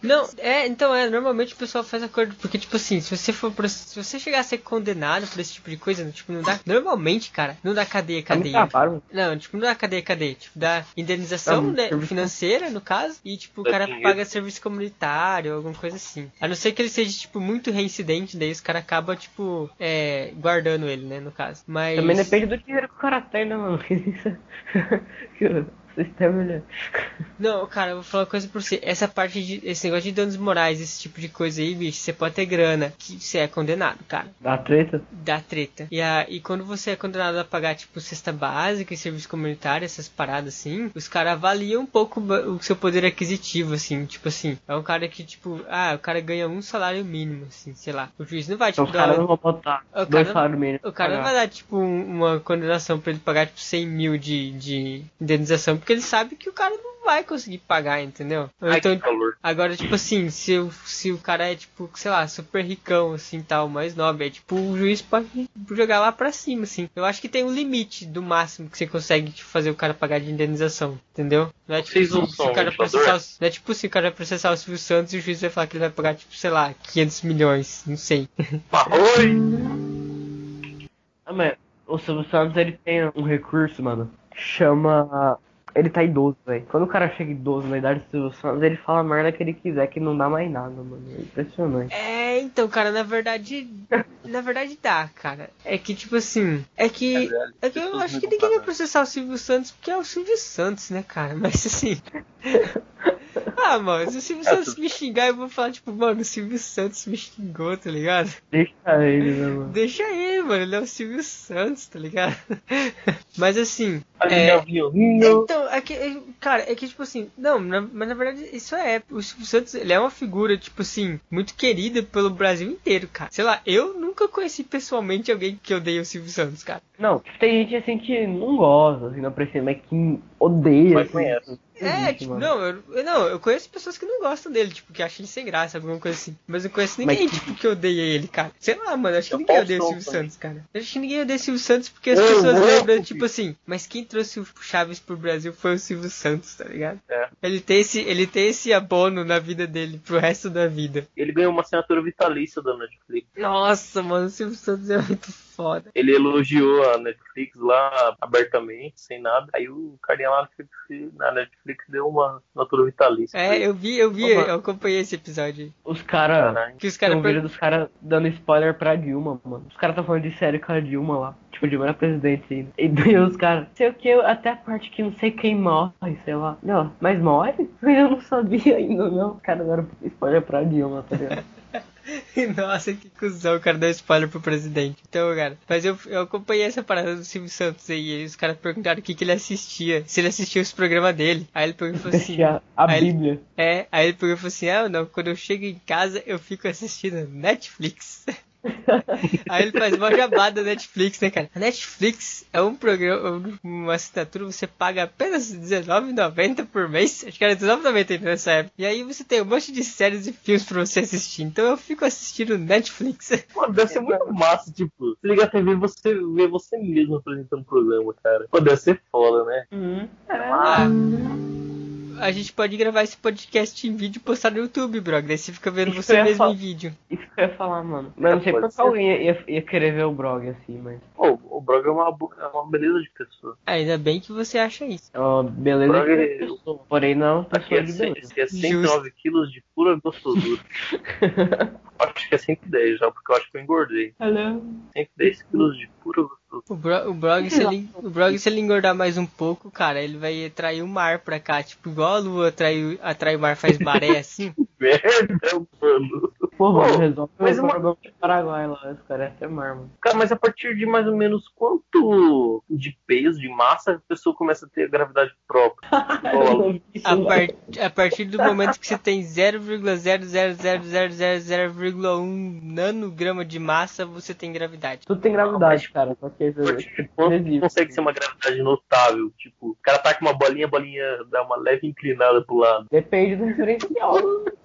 [SPEAKER 2] Não, é, então é, normalmente o pessoal faz acordo, porque tipo assim, se você for pro- se você chegar a ser condenado por esse tipo de coisa, tipo, não dá, normalmente, cara, não dá cadeia,
[SPEAKER 1] Tá muito
[SPEAKER 2] cadeia.
[SPEAKER 1] caro.
[SPEAKER 2] Não, tipo, não dá cadeia, cadeia, tipo, dá indenização,
[SPEAKER 1] Tá,
[SPEAKER 2] né,
[SPEAKER 1] serviço-
[SPEAKER 2] financeira, no caso, e tipo, o
[SPEAKER 4] Dá
[SPEAKER 2] cara
[SPEAKER 4] dinheiro.
[SPEAKER 2] paga serviço comunitário, alguma coisa assim. A não ser que ele seja, tipo, muito reincidente, daí os caras acabam, tipo, é, guardando ele, né, no caso. Mas...
[SPEAKER 1] Também depende do dinheiro que o cara tem, né, mano? *laughs* Que o sistema, né?
[SPEAKER 2] Não, cara, eu vou falar uma coisa pra você. Essa parte de. Esse negócio de danos morais, esse tipo de coisa aí, bicho, você pode ter grana, que você é condenado, cara.
[SPEAKER 1] Dá treta.
[SPEAKER 2] Dá treta. E, a, e quando você é condenado a pagar, tipo, cesta básica e serviço comunitário, essas paradas assim, os caras avaliam um pouco ba- o seu poder aquisitivo, assim. Tipo assim, é um cara que, tipo, ah, o cara ganha um salário mínimo, assim, sei lá. O juiz não vai,
[SPEAKER 1] Então
[SPEAKER 2] tipo,
[SPEAKER 1] os
[SPEAKER 2] dar.
[SPEAKER 1] caras não vão botar
[SPEAKER 2] O
[SPEAKER 1] dois
[SPEAKER 2] cara-
[SPEAKER 1] salários mínimos.
[SPEAKER 2] O cara não vai dar, tipo, um- uma condenação pra ele pagar, tipo, 100 mil de, de indenização, porque ele sabe que o cara não vai conseguir pagar, entendeu? Ou
[SPEAKER 4] Ai,
[SPEAKER 2] então,
[SPEAKER 4] que calor.
[SPEAKER 2] agora, tipo assim, se, o- se o cara é, tipo, sei lá, super ricão, assim, tal, mais nobre, é, tipo, o juiz pode jogar lá pra cima, assim. Eu acho que tem um limite do máximo que você consegue tipo, fazer o cara pagar de indenização, entendeu? Não é, tipo,
[SPEAKER 4] Vocês não
[SPEAKER 2] se, se
[SPEAKER 4] são
[SPEAKER 2] o cara
[SPEAKER 4] lutador?
[SPEAKER 2] processar, o- não é, tipo, se o cara processar o Silvio Santos e o juiz vai falar que ele vai pagar, tipo, sei lá, 500 milhões, não sei.
[SPEAKER 4] Oi!
[SPEAKER 1] Ah, mas o Silvio Santos ele tem um recurso, mano. Chama. Ele tá idoso, velho. Quando o cara chega idoso na idade do Silvio Santos, ele fala a merda que ele quiser, que não dá mais nada, mano. É impressionante.
[SPEAKER 2] É, então, cara, na verdade. Na verdade dá, cara. É que, tipo assim. É que.
[SPEAKER 4] Caralho,
[SPEAKER 2] É que eu
[SPEAKER 4] pessoas
[SPEAKER 2] acho que
[SPEAKER 4] muito né?
[SPEAKER 2] ninguém vai
[SPEAKER 4] paradas.
[SPEAKER 2] processar o Silvio Santos porque é o Silvio Santos, né, cara? *laughs* Mas assim. ah, mano, se o Silvio
[SPEAKER 4] É,
[SPEAKER 2] Santos
[SPEAKER 4] tu-
[SPEAKER 2] me xingar, eu vou falar, tipo, mano, o Silvio Santos me xingou, tá ligado?
[SPEAKER 1] Deixa ele, né, mano?
[SPEAKER 2] Deixa aí, mano, ele é o Silvio Santos, tá ligado? *laughs* Mas assim.
[SPEAKER 4] Ali,
[SPEAKER 2] é-
[SPEAKER 4] Nelvinho, lindo.
[SPEAKER 2] então, é que, é- cara, é que tipo assim, não, na- mas na verdade isso é. O Silvio Santos, ele é uma figura, tipo assim, muito querida pelo Brasil inteiro, cara. Sei lá, eu nunca conheci pessoalmente alguém que odeia o Silvio Santos, cara.
[SPEAKER 1] Não, tem gente assim que não gosta, assim, não aprecia, mas que odeia.
[SPEAKER 4] Mas
[SPEAKER 1] assim,
[SPEAKER 4] conhece.
[SPEAKER 2] É,
[SPEAKER 1] existe,
[SPEAKER 2] tipo,
[SPEAKER 1] mano.
[SPEAKER 2] não eu, eu- não, eu conheço pessoas que não gostam dele, tipo, que acham ele sem graça, alguma coisa assim. Mas eu conheço
[SPEAKER 1] Mas
[SPEAKER 2] ninguém, tipo, que odeia ele, cara. Sei lá, mano, acho que
[SPEAKER 4] Eu
[SPEAKER 2] ninguém
[SPEAKER 4] posso
[SPEAKER 2] odeia o Silvio
[SPEAKER 4] também.
[SPEAKER 2] Santos, cara. Eu acho que ninguém odeia o Silvio Santos porque as
[SPEAKER 4] Eu
[SPEAKER 2] pessoas
[SPEAKER 4] louco,
[SPEAKER 2] lembram, tipo
[SPEAKER 4] filho.
[SPEAKER 2] assim, mas quem trouxe o Chaves pro Brasil foi o Silvio Santos, tá ligado?
[SPEAKER 4] É.
[SPEAKER 2] Ele tem esse, ele tem esse abono na vida dele pro resto da vida.
[SPEAKER 4] Ele ganhou uma assinatura vitalícia da Netflix.
[SPEAKER 2] Nossa, mano, o Silvio Santos é muito foda.
[SPEAKER 4] Ele elogiou a Netflix lá abertamente, sem nada. Aí o carinha lá na Netflix- na Netflix deu uma assinatura vitalícia.
[SPEAKER 2] É, eu vi, eu vi,
[SPEAKER 1] Opa.
[SPEAKER 2] eu acompanhei esse episódio. aí.
[SPEAKER 1] Os caras.
[SPEAKER 4] Caralho.
[SPEAKER 2] Que os
[SPEAKER 1] Cara,
[SPEAKER 2] caras
[SPEAKER 1] um vídeo dos caras dando spoiler pra Dilma, mano. Os caras tá falando de série com a Dilma lá. Tipo, a Dilma era presidente ainda. E daí os caras, sei o que, até a parte que não sei quem morre, sei lá. Não, mas morre? *laughs* Eu não sabia ainda, não. Os caras deram spoiler pra Dilma,
[SPEAKER 2] *laughs*
[SPEAKER 1] tá ligado?
[SPEAKER 2] Nossa, que cuzão, o cara deu spoiler pro presidente. Então, cara, mas eu, eu acompanhei essa parada do Silvio Santos aí, e os caras perguntaram o que, que ele assistia, se ele assistia os programas dele. Aí ele pegou e falou assim,
[SPEAKER 1] Deixa a
[SPEAKER 2] aí ele-
[SPEAKER 1] Bíblia.
[SPEAKER 2] é, aí ele pegou e falou assim, ah, não, quando eu chego em casa eu fico assistindo Netflix. *laughs* *laughs* Aí ele
[SPEAKER 1] *laughs*
[SPEAKER 2] faz uma jabada da Netflix, né, cara? A Netflix é um programa, uma assinatura, você paga apenas R$19,90 por mês. Acho que era R$19,90 ainda nessa época. E aí você tem um monte de séries e filmes pra você assistir. Então eu fico assistindo Netflix. *laughs*
[SPEAKER 4] Mano, deve ser muito massa, tipo, se ligar a TV e você vê você mesmo apresentando o programa, cara. Pô, deve ser foda, né?
[SPEAKER 1] Uhum.
[SPEAKER 2] Ah, a gente pode gravar esse podcast em vídeo e postar no YouTube, brother. Daí você fica vendo
[SPEAKER 1] Isso
[SPEAKER 2] você
[SPEAKER 1] eu ia
[SPEAKER 2] mesmo
[SPEAKER 1] falar.
[SPEAKER 2] em vídeo.
[SPEAKER 1] Isso que eu ia falar, mano. Mas eu não sei
[SPEAKER 4] Ah, Pode
[SPEAKER 1] por que
[SPEAKER 4] ser.
[SPEAKER 1] alguém ia, ia- ia querer ver o Brog assim, mas.
[SPEAKER 4] Pô, o Brog é uma, bo- é uma beleza de pessoa.
[SPEAKER 2] Ah, Ainda bem que você acha isso.
[SPEAKER 1] É uma beleza
[SPEAKER 4] Brog-
[SPEAKER 1] de pessoa. Porém, não é uma
[SPEAKER 4] Acho que
[SPEAKER 1] pessoa
[SPEAKER 4] é,
[SPEAKER 1] de
[SPEAKER 4] cem-
[SPEAKER 1] beleza.
[SPEAKER 4] acho que é 109 quilos de pura gostosura.
[SPEAKER 1] *laughs*
[SPEAKER 4] acho que é 110 já, porque eu acho que eu engordei. 110 quilos de pura gostosura. *laughs*
[SPEAKER 2] O, bro, o, Brog, se ele, o Brog, se ele engordar mais um pouco, cara, ele vai atrair o mar pra cá. Tipo, igual a lua atrai, o- atrai o mar, faz maré assim.
[SPEAKER 4] Merda, é um mano.
[SPEAKER 1] Porra,
[SPEAKER 4] Pô,
[SPEAKER 1] resolve
[SPEAKER 4] mas
[SPEAKER 1] o
[SPEAKER 4] uma-
[SPEAKER 1] problema de Paraguai lá. Os caras é mar, mano.
[SPEAKER 4] Cara, mas a partir de mais ou menos quanto de peso, de massa, a pessoa começa a ter gravidade
[SPEAKER 1] *laughs*
[SPEAKER 4] própria? Tipo,
[SPEAKER 1] Eu
[SPEAKER 4] Ó,
[SPEAKER 1] não vi isso,
[SPEAKER 2] A,
[SPEAKER 1] não.
[SPEAKER 2] par, a partir do momento que você tem 0,00000,1 nanograma de massa, você tem gravidade.
[SPEAKER 1] Tudo tem gravidade, cara. Só que
[SPEAKER 4] a
[SPEAKER 1] esse-
[SPEAKER 4] partir de quanto
[SPEAKER 1] Existe.
[SPEAKER 4] consegue ser uma gravidade notável? Tipo, o cara tá com uma bolinha, a bolinha dá uma leve inclinada pro lado.
[SPEAKER 1] Depende do referencial.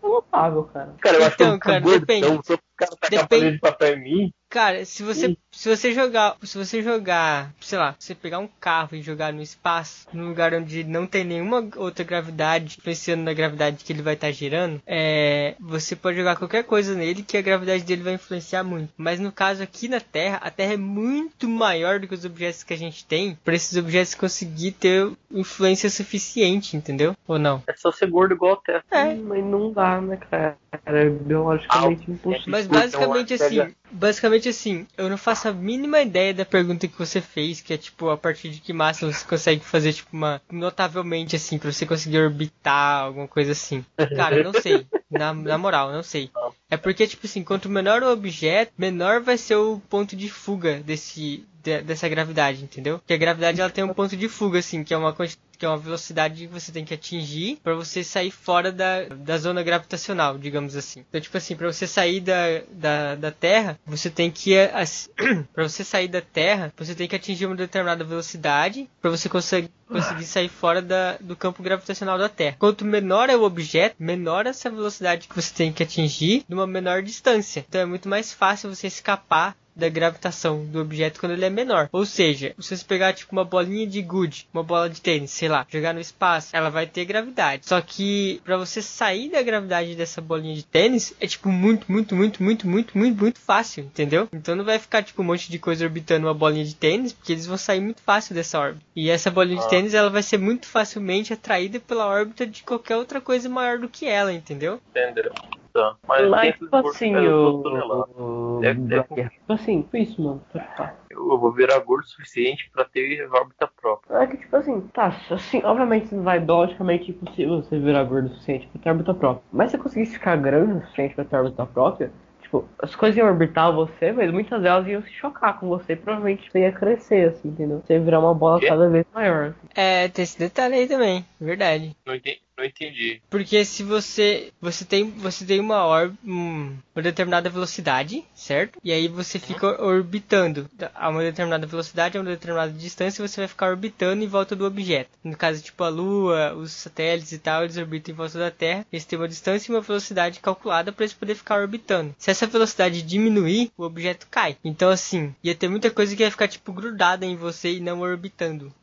[SPEAKER 1] notável, cara.
[SPEAKER 4] Cara, eu acho que
[SPEAKER 2] Então,
[SPEAKER 4] eu
[SPEAKER 2] cara,
[SPEAKER 4] gordo,
[SPEAKER 2] depende.
[SPEAKER 4] Então, se eu cara tacar
[SPEAKER 2] Depende.
[SPEAKER 4] a parede de papel em mim,
[SPEAKER 2] Cara, se você, se você jogar, se você jogar, sei lá, você pegar um carro e jogar no espaço, num lugar onde não tem nenhuma outra gravidade, influenciando na gravidade que ele vai estar girando, é, você pode jogar qualquer coisa nele que a gravidade dele vai influenciar muito. Mas no caso aqui na Terra, a Terra é muito maior do que os objetos que a gente tem, para esses objetos conseguir ter influência suficiente, entendeu? Ou não?
[SPEAKER 4] é só ser gordo igual a terra.
[SPEAKER 2] É.
[SPEAKER 1] Mas não dá, né, cara? É biologicamente impossível.
[SPEAKER 2] Mas
[SPEAKER 4] Então,
[SPEAKER 2] basicamente
[SPEAKER 4] ela pega-
[SPEAKER 2] assim, basicamente assim, eu não faço a mínima ideia da pergunta que você fez, que é tipo, a partir de que massa você consegue fazer, tipo, uma. Notavelmente assim, pra você conseguir orbitar, alguma coisa assim. Cara, eu não sei. Na, na moral, eu não sei. É porque, tipo assim, quanto menor o objeto, menor vai ser o ponto de fuga desse. de- dessa gravidade, entendeu? Porque a gravidade ela tem um ponto de fuga, assim, que é uma quanti- que é uma velocidade que você tem que atingir pra você sair fora da, da zona gravitacional, digamos assim. Então, tipo assim, pra você sair da, da, da Terra, você tem que eh, as- Pra você sair da Terra, você tem que atingir uma determinada velocidade pra você conseguir, conseguir sair fora da- do campo gravitacional da Terra. Quanto menor é o objeto, menor é essa velocidade que você tem que atingir numa menor distância. Então é muito mais fácil você escapar da gravitação do objeto quando ele é menor. Ou seja, se você pegar tipo uma bolinha de gude, uma bola de tênis, sei lá, jogar no espaço, ela vai ter gravidade. Só que pra você sair da gravidade dessa bolinha de tênis é tipo muito, muito, muito, muito, muito, muito, muito fácil, entendeu? Então não vai ficar tipo um monte de coisa orbitando uma bolinha de tênis, porque eles vão sair muito fácil dessa órbita. E essa bolinha de
[SPEAKER 4] Ah.
[SPEAKER 2] tênis ela vai ser muito facilmente atraída pela órbita de qualquer outra coisa maior do que ela, entendeu?
[SPEAKER 4] Entendeu? Tá. Mas, tem
[SPEAKER 1] Mas,
[SPEAKER 4] esses
[SPEAKER 1] tipo
[SPEAKER 4] gordos
[SPEAKER 1] assim,
[SPEAKER 4] que eu sou tonelada.
[SPEAKER 1] o.
[SPEAKER 4] Deve- deve-
[SPEAKER 1] Tipo assim, foi isso, mano. Pode falar.
[SPEAKER 4] Eu eu vou virar gordo o suficiente pra ter órbita própria.
[SPEAKER 1] É que, tipo assim, tá, assim, obviamente não vai biologicamente impossível você virar gordo o suficiente pra ter órbita própria. Mas se você conseguisse ficar grande o suficiente pra ter órbita própria, tipo, as coisas iam orbitar você, mas muitas delas iam se chocar com você e provavelmente você ia crescer, assim, entendeu? Você ia virar uma bola
[SPEAKER 4] Quê?
[SPEAKER 1] cada vez maior. assim.
[SPEAKER 2] É, tem esse detalhe aí também, verdade.
[SPEAKER 4] Não entendi. Não entendi.
[SPEAKER 2] Porque se você você tem você tem uma orb, um- uma determinada velocidade, certo? E aí você fica orbitando a uma determinada velocidade, a uma determinada distância, você vai ficar orbitando em volta do objeto. No caso, tipo a Lua, os satélites e tal, eles orbitam em volta da Terra. Eles têm uma distância e uma velocidade calculada para eles poderem ficar orbitando. Se essa velocidade diminuir, o objeto cai. Então assim, ia ter muita coisa que ia ficar tipo grudada em você e não orbitando.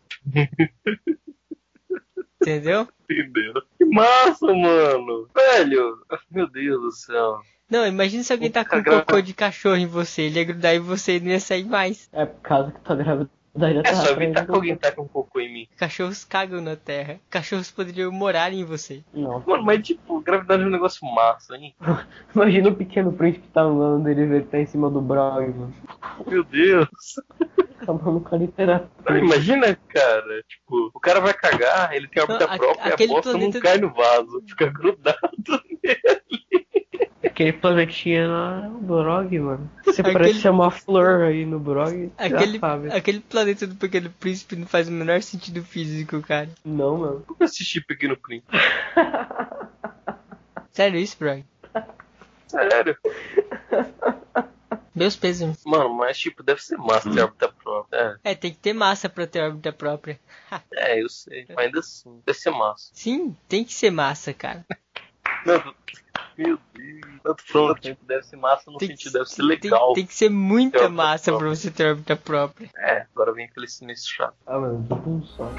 [SPEAKER 2] Entendeu?
[SPEAKER 4] Entendeu? Que massa, mano. Velho. Meu Deus do céu.
[SPEAKER 2] Não, imagina se alguém tá com um cocô de cachorro em você, ele ia grudar em você e não ia sair mais.
[SPEAKER 1] É por causa que tua gravidade já tá
[SPEAKER 4] É só
[SPEAKER 1] atrás
[SPEAKER 4] evitar
[SPEAKER 1] de
[SPEAKER 4] que alguém taque um cocô em mim.
[SPEAKER 2] Cachorros cagam na terra. Cachorros poderiam morar em você.
[SPEAKER 1] você. Não.
[SPEAKER 4] Mano, mas tipo, gravidade é um negócio massa, hein?
[SPEAKER 1] Imagina o pequeno príncipe tá andando ele vê que tá em cima do Brog, mano.
[SPEAKER 4] Meu Deus.
[SPEAKER 1] Acabando com a literatura.
[SPEAKER 4] Imagina, cara. Tipo, o cara vai cagar, ele tem órbita
[SPEAKER 2] Não, a-
[SPEAKER 4] própria e a
[SPEAKER 2] Então, aquele
[SPEAKER 4] bosta
[SPEAKER 2] planeta-
[SPEAKER 4] não cai no vaso. Fica grudado. *laughs*
[SPEAKER 1] Aquele planetinha lá é o Brog, mano. Você
[SPEAKER 2] Aquele-
[SPEAKER 1] parece ser uma flor aí no Brog, já
[SPEAKER 2] Aquele,
[SPEAKER 1] sabe.
[SPEAKER 2] aquele planeta do Pequeno Príncipe não faz o menor sentido físico, cara.
[SPEAKER 1] Não, *laughs* mano.
[SPEAKER 4] Nunca assisti Pequeno Príncipe.
[SPEAKER 2] Sério isso, Brian?
[SPEAKER 4] Sério.
[SPEAKER 2] Meus pesos.
[SPEAKER 4] Mano, mas tipo, deve ser massa ter órbita própria.
[SPEAKER 2] É, tem que ter massa pra ter órbita própria.
[SPEAKER 4] É, é, eu sei. Mas ainda assim, deve ser massa.
[SPEAKER 2] Sim, tem que ser massa, cara.
[SPEAKER 4] Não, tu- meu Deus. Tanto falando, tipo, deve ser massa no
[SPEAKER 2] Tem que,
[SPEAKER 4] sentido, deve ser
[SPEAKER 2] tem-
[SPEAKER 4] legal.
[SPEAKER 2] tem que ser muita
[SPEAKER 4] Ter órbita
[SPEAKER 2] massa pra
[SPEAKER 4] própria.
[SPEAKER 2] você ter órbita própria.
[SPEAKER 4] É, agora vem aquele sinistro chato.
[SPEAKER 1] Ah, mano, tô com sono.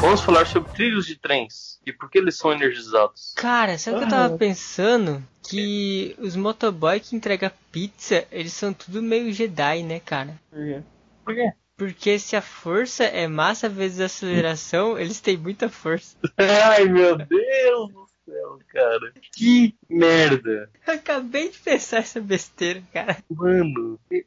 [SPEAKER 4] Vamos falar sobre trilhos de trens e por que eles são energizados.
[SPEAKER 2] Cara, sabe o que eu
[SPEAKER 1] Ah.
[SPEAKER 2] tava pensando? Que os motoboy que entregam pizza, eles são tudo meio Jedi, né, cara?
[SPEAKER 1] Por quê?
[SPEAKER 4] Por quê?
[SPEAKER 2] Porque se a força é massa vezes a aceleração, eles têm muita força. *laughs*
[SPEAKER 4] Ai, meu Deus do céu, cara. Que merda.
[SPEAKER 2] Eu acabei de pensar essa besteira, cara.
[SPEAKER 4] Mano. e-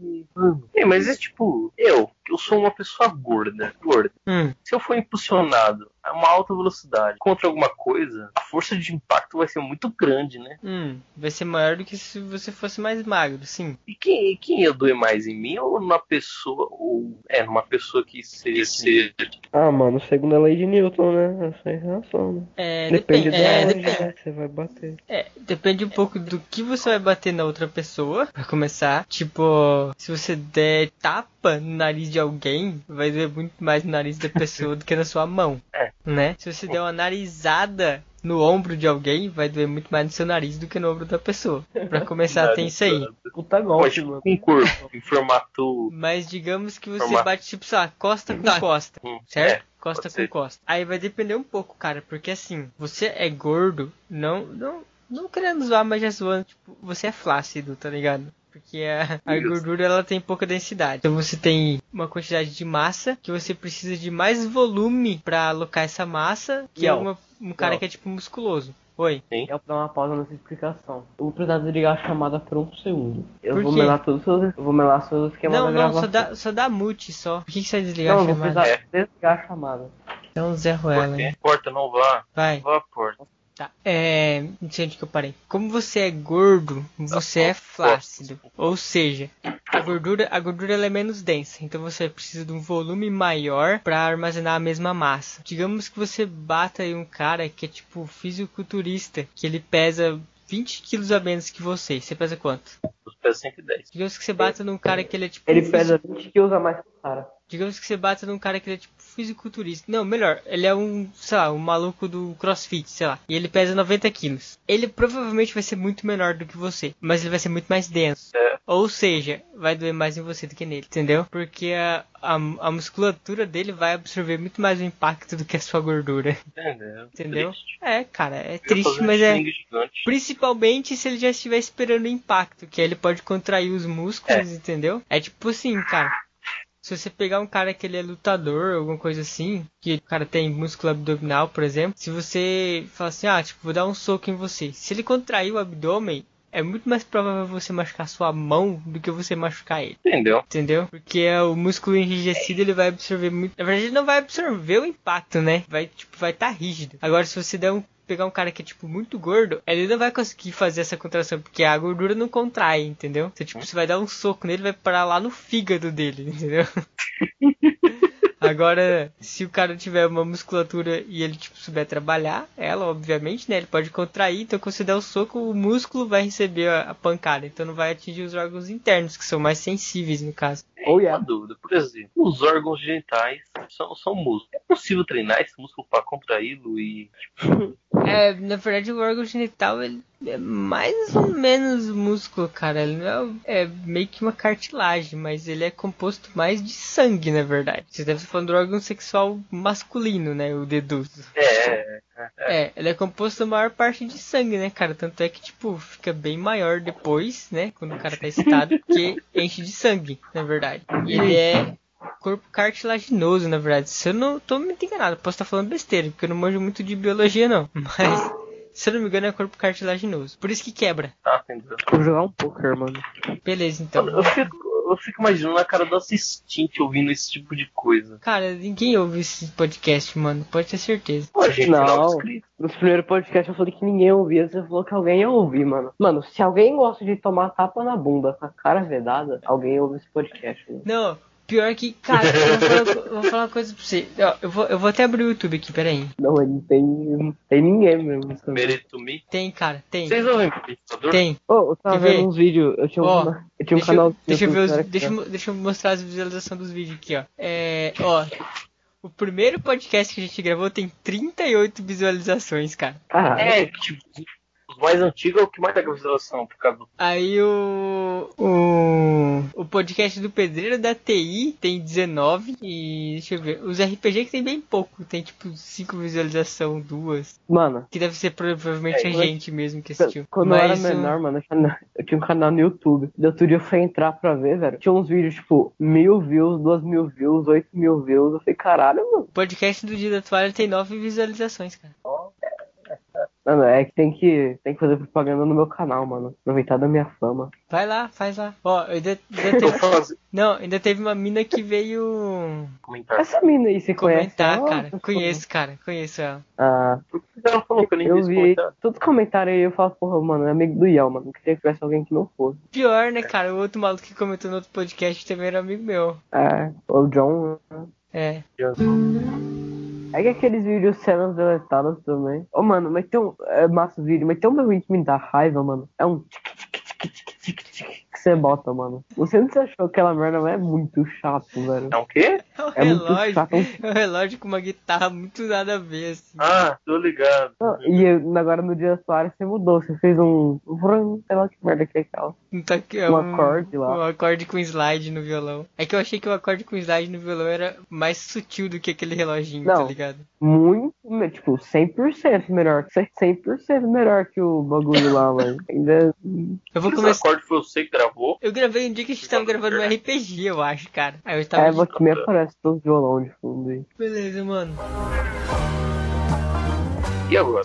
[SPEAKER 4] e- Mano. É, mas é tipo, eu, que eu sou uma pessoa gorda, gorda.
[SPEAKER 2] Hum,
[SPEAKER 4] Se eu for impulsionado a uma alta velocidade contra alguma coisa, a força de impacto vai ser muito grande, né?
[SPEAKER 2] hum. Vai ser maior do que se você fosse mais magro, sim.
[SPEAKER 4] E quem, quem ia doer mais em mim ou numa pessoa, ou é, numa pessoa que assim, seja, seja
[SPEAKER 1] Ah, mano, segundo a lei de Newton, né? Essa é a relação, né?
[SPEAKER 2] É, depende.
[SPEAKER 1] depende da
[SPEAKER 2] é,
[SPEAKER 1] onde
[SPEAKER 2] depende.
[SPEAKER 1] né, que você vai bater.
[SPEAKER 2] É, depende um pouco do que você vai bater na outra pessoa, pra começar. Tipo, se você der tapa no nariz de alguém, vai doer muito mais no nariz da pessoa do que na sua mão.
[SPEAKER 4] É.
[SPEAKER 2] Né? Se você der uma narizada no ombro de alguém, vai doer muito mais no seu nariz do que no ombro da pessoa. Pra
[SPEAKER 4] *laughs*
[SPEAKER 2] começar, tem isso aí.
[SPEAKER 1] Puta golpe,
[SPEAKER 4] Pode
[SPEAKER 1] mano.
[SPEAKER 4] com tipo, um corpo, em formato.
[SPEAKER 2] Mas digamos que você
[SPEAKER 4] Formato.
[SPEAKER 2] bate, tipo, sei lá, costa com costa.
[SPEAKER 4] Hum,
[SPEAKER 2] certo?
[SPEAKER 4] é.
[SPEAKER 2] costa
[SPEAKER 4] pode
[SPEAKER 2] com
[SPEAKER 4] ser.
[SPEAKER 2] costa. Aí vai depender um pouco, cara, porque assim, você é gordo, não, não, não querendo zoar, mas já zoando, tipo, você é flácido, tá ligado? Porque a, a
[SPEAKER 4] Isso.
[SPEAKER 2] gordura ela tem pouca densidade. Então você tem uma quantidade de massa que você precisa de mais volume pra alocar essa massa que é
[SPEAKER 1] Não.
[SPEAKER 2] uma- um cara
[SPEAKER 1] Não.
[SPEAKER 2] que é tipo musculoso. Oi.
[SPEAKER 1] Eu vou dar uma pausa nessa explicação. Eu vou precisar desligar a chamada por um segundo. Eu
[SPEAKER 2] Por
[SPEAKER 1] vou
[SPEAKER 2] quê?
[SPEAKER 1] melar todos os seus. Eu vou melar seus esquemas
[SPEAKER 2] Não,
[SPEAKER 1] da
[SPEAKER 2] não,
[SPEAKER 1] gravação.
[SPEAKER 2] só dá, só dá mute só. Por que, que você vai desligar
[SPEAKER 1] Não,
[SPEAKER 2] a
[SPEAKER 1] eu vou
[SPEAKER 2] chamada?
[SPEAKER 1] precisar desligar a chamada.
[SPEAKER 2] Então, Zé Ruela. hein?
[SPEAKER 4] Porta, porta, é, não vá.
[SPEAKER 2] Vai.
[SPEAKER 4] Vá, porta.
[SPEAKER 2] Tá. É. Não sei onde que eu parei. Como você é gordo, você é flácido. Ou seja, a gordura, a gordura ela é menos densa. Então você precisa de um volume maior para armazenar a mesma massa. Digamos que você bata aí um cara que é tipo fisiculturista, que ele pesa 20 quilos a menos que você. Você pesa quanto?
[SPEAKER 4] Os pés 110.
[SPEAKER 2] Digamos que você bata num cara que ele é tipo.
[SPEAKER 1] Ele
[SPEAKER 2] um
[SPEAKER 1] pesa 20 quilos a mais que o cara.
[SPEAKER 2] Digamos que você bata num cara que ele é tipo fisiculturista. Não, melhor, ele é um, sei lá, um maluco do crossfit, sei lá. E ele pesa 90 quilos. Ele provavelmente vai ser muito menor do que você, mas ele vai ser muito mais denso.
[SPEAKER 4] É.
[SPEAKER 2] Ou seja, vai doer mais em você do que nele, entendeu? Porque a, a, a musculatura dele vai absorver muito mais o impacto do que a sua gordura,
[SPEAKER 4] Entendeu?
[SPEAKER 2] entendeu?
[SPEAKER 4] Triste.
[SPEAKER 2] É, cara, é
[SPEAKER 4] Eu ia fazer
[SPEAKER 2] triste,
[SPEAKER 4] um
[SPEAKER 2] mas é.
[SPEAKER 4] estilingue Gigante.
[SPEAKER 2] Principalmente se ele já estiver esperando o impacto, que aí ele pode contrair os músculos, entendeu? É tipo assim, cara. Se você pegar um cara que ele é lutador, alguma coisa assim, que o cara tem músculo abdominal, por exemplo, se você fala assim, ah, tipo, vou dar um soco em você. Se ele contrair o abdômen, é muito mais provável você machucar sua mão do que você machucar ele.
[SPEAKER 4] Entendeu?
[SPEAKER 2] Entendeu? Porque é, o músculo enrijecido ele vai absorver muito. Na verdade, ele não vai absorver o impacto, né? Vai, tipo, vai estar rígido. Agora, se você der um. Pegar um cara que é, tipo, muito gordo, ele não vai conseguir fazer essa contração, porque a gordura não contrai, entendeu? Você, tipo, você vai dar um soco nele, vai parar lá no fígado dele, *laughs* entendeu? Agora, se o cara tiver uma musculatura e ele, tipo, souber trabalhar, ela, obviamente, né? Ele pode contrair, então quando você der o soco, o músculo vai receber a, a pancada. Então não vai atingir os órgãos internos, que são mais sensíveis, no caso.
[SPEAKER 1] Oh,
[SPEAKER 4] Uma
[SPEAKER 1] yeah.
[SPEAKER 4] dúvida. Por exemplo, os órgãos genitais são, são músculos. É possível treinar esse músculo pra contraí-lo e.
[SPEAKER 2] É, na verdade, o órgão genital, ele é mais ou menos músculo, cara. Ele não é, é meio que uma cartilagem, mas ele é composto mais de sangue, na verdade. Você deve estar falando do órgão sexual masculino, né? Eu deduzo.
[SPEAKER 4] É,
[SPEAKER 2] É, ele é composto da maior parte de sangue, né, cara? Tanto é que, tipo, fica bem maior depois, né? Quando o cara tá excitado, porque enche de sangue, na verdade. E ele é corpo cartilaginoso, na verdade. Se eu não tô muito enganado, posso estar falando besteira, porque eu não manjo muito de biologia, não. *laughs* Mas, se eu não me engano, é corpo cartilaginoso. Por isso que quebra.
[SPEAKER 4] tá entendeu?
[SPEAKER 1] Vou jogar um poker, mano.
[SPEAKER 2] Beleza, então.
[SPEAKER 4] Mano, eu fico, eu fico imaginando a cara do assistente ouvindo esse tipo de coisa.
[SPEAKER 2] Cara, ninguém ouve esse podcast, mano. Pode ter certeza.
[SPEAKER 4] Pô, gente,
[SPEAKER 1] Não.
[SPEAKER 4] não inscrito.
[SPEAKER 1] Nos primeiros podcasts eu falei que ninguém ouvia, você falou que alguém ia ouvir, mano. Mano, se alguém gosta de tomar tapa na bunda com a cara vedada, alguém ouve esse podcast, mano.
[SPEAKER 2] Não, pior que. Cara, eu vou falar, eu vou falar uma coisa pra você. Ó, eu, vou, eu vou até abrir o YouTube aqui, peraí.
[SPEAKER 1] Não, ele tem, não tem ninguém mesmo. sabe?
[SPEAKER 4] Merito me.
[SPEAKER 2] Tem, cara, tem.
[SPEAKER 4] Vocês ouvem o
[SPEAKER 1] um
[SPEAKER 4] computador?
[SPEAKER 2] Tem.
[SPEAKER 1] Ô, eu tava
[SPEAKER 2] Quer ver?
[SPEAKER 1] vendo uns vídeos, eu tinha, um
[SPEAKER 2] Ó,
[SPEAKER 1] cana- eu tinha um
[SPEAKER 2] Deixa,
[SPEAKER 1] canal
[SPEAKER 2] eu,
[SPEAKER 1] do
[SPEAKER 2] deixa, eu ver
[SPEAKER 1] YouTube,
[SPEAKER 2] os,
[SPEAKER 1] cara, que é?
[SPEAKER 2] deixa,
[SPEAKER 1] era-
[SPEAKER 2] eu, deixa eu mostrar as visualizações dos vídeos aqui, ó. É. Ó. O primeiro podcast que a gente gravou tem 38 visualizações, cara.
[SPEAKER 1] Caralho,
[SPEAKER 4] É, tipo, os mais antigos é o que mais pega visualização por causa do.
[SPEAKER 2] Aí o. O. O podcast do Pedreiro da TI tem 19. E deixa eu ver. Os RPG que tem bem pouco. Tem tipo 5 visualizações, duas.
[SPEAKER 1] mano,
[SPEAKER 2] Que deve ser provavelmente
[SPEAKER 1] É,
[SPEAKER 2] a
[SPEAKER 1] mas-
[SPEAKER 2] gente mesmo que assistiu.
[SPEAKER 1] quando eu era
[SPEAKER 2] Mas uh, o-
[SPEAKER 1] menor, mano, eu tinha- eu tinha um canal no YouTube. Da outro dia eu fui entrar pra ver, velho, tinha uns vídeos, tipo, mil views, duas mil views, oito mil views, eu falei, caralho, mano.
[SPEAKER 2] O podcast do Dia da Toalha tem 9 visualizações, cara.
[SPEAKER 1] Mano, é que tem que, tem que fazer propaganda no meu canal, mano, aproveitar da minha fama.
[SPEAKER 2] Vai lá, faz lá. Ó, eu ainda, ainda
[SPEAKER 1] *laughs*
[SPEAKER 4] Eu
[SPEAKER 2] teve...
[SPEAKER 4] faço
[SPEAKER 2] Não, ainda teve uma mina que veio
[SPEAKER 4] comentário.
[SPEAKER 1] Essa mina aí, você
[SPEAKER 2] comentar,
[SPEAKER 1] conhece? ela?
[SPEAKER 2] cara. Conheço, cara. Conheço ela.
[SPEAKER 1] Ah,
[SPEAKER 4] Por que ela falou que eu nem
[SPEAKER 1] eu
[SPEAKER 4] vi esse
[SPEAKER 1] vi
[SPEAKER 4] comentário?
[SPEAKER 1] todos os comentários aí, eu falo, porra, mano, é amigo do Yel, mano, queria que tivesse alguém que não fosse.
[SPEAKER 2] Pior, né, cara? O outro maluco que comentou no outro podcast também era amigo meu.
[SPEAKER 1] É, o John, né?
[SPEAKER 2] É.
[SPEAKER 1] É que aqueles vídeos cenas deletadas também. Ô, mano, mas tem um. É massa o vídeo, mas tem um bagulho que me dá raiva, mano. É um tic tic tic tic tic tic que você bota, mano. Você não se achou que aquela merda é muito chato, velho.
[SPEAKER 4] É o quê?
[SPEAKER 2] É um
[SPEAKER 1] É muito
[SPEAKER 2] relógio.
[SPEAKER 1] chato.
[SPEAKER 2] É um relógio com uma guitarra muito nada a ver, assim.
[SPEAKER 4] Ah, tô ligado.
[SPEAKER 1] Não, E eu- agora no dia soares você mudou, você fez um. vrum, Sei lá que merda que é aquela.
[SPEAKER 2] Não tá aqui, é
[SPEAKER 1] Um acorde lá.
[SPEAKER 2] Um acorde com slide no violão. É que eu achei que o acorde com slide no violão era mais sutil do que aquele reloginho, tá
[SPEAKER 1] Não.
[SPEAKER 2] ligado?
[SPEAKER 1] Muito, me- tipo, 100% melhor. 100% melhor que o bagulho lá, mano. Ainda.
[SPEAKER 2] Eu vou
[SPEAKER 4] Esse
[SPEAKER 2] começar.
[SPEAKER 4] acorde foi você que gravou?
[SPEAKER 2] Eu gravei um dia que a gente tava gravando um RPG, eu acho, cara. Aí eu tava.
[SPEAKER 1] É, vou que me aparece todo violão de fundo aí.
[SPEAKER 2] Beleza, mano.
[SPEAKER 4] E agora?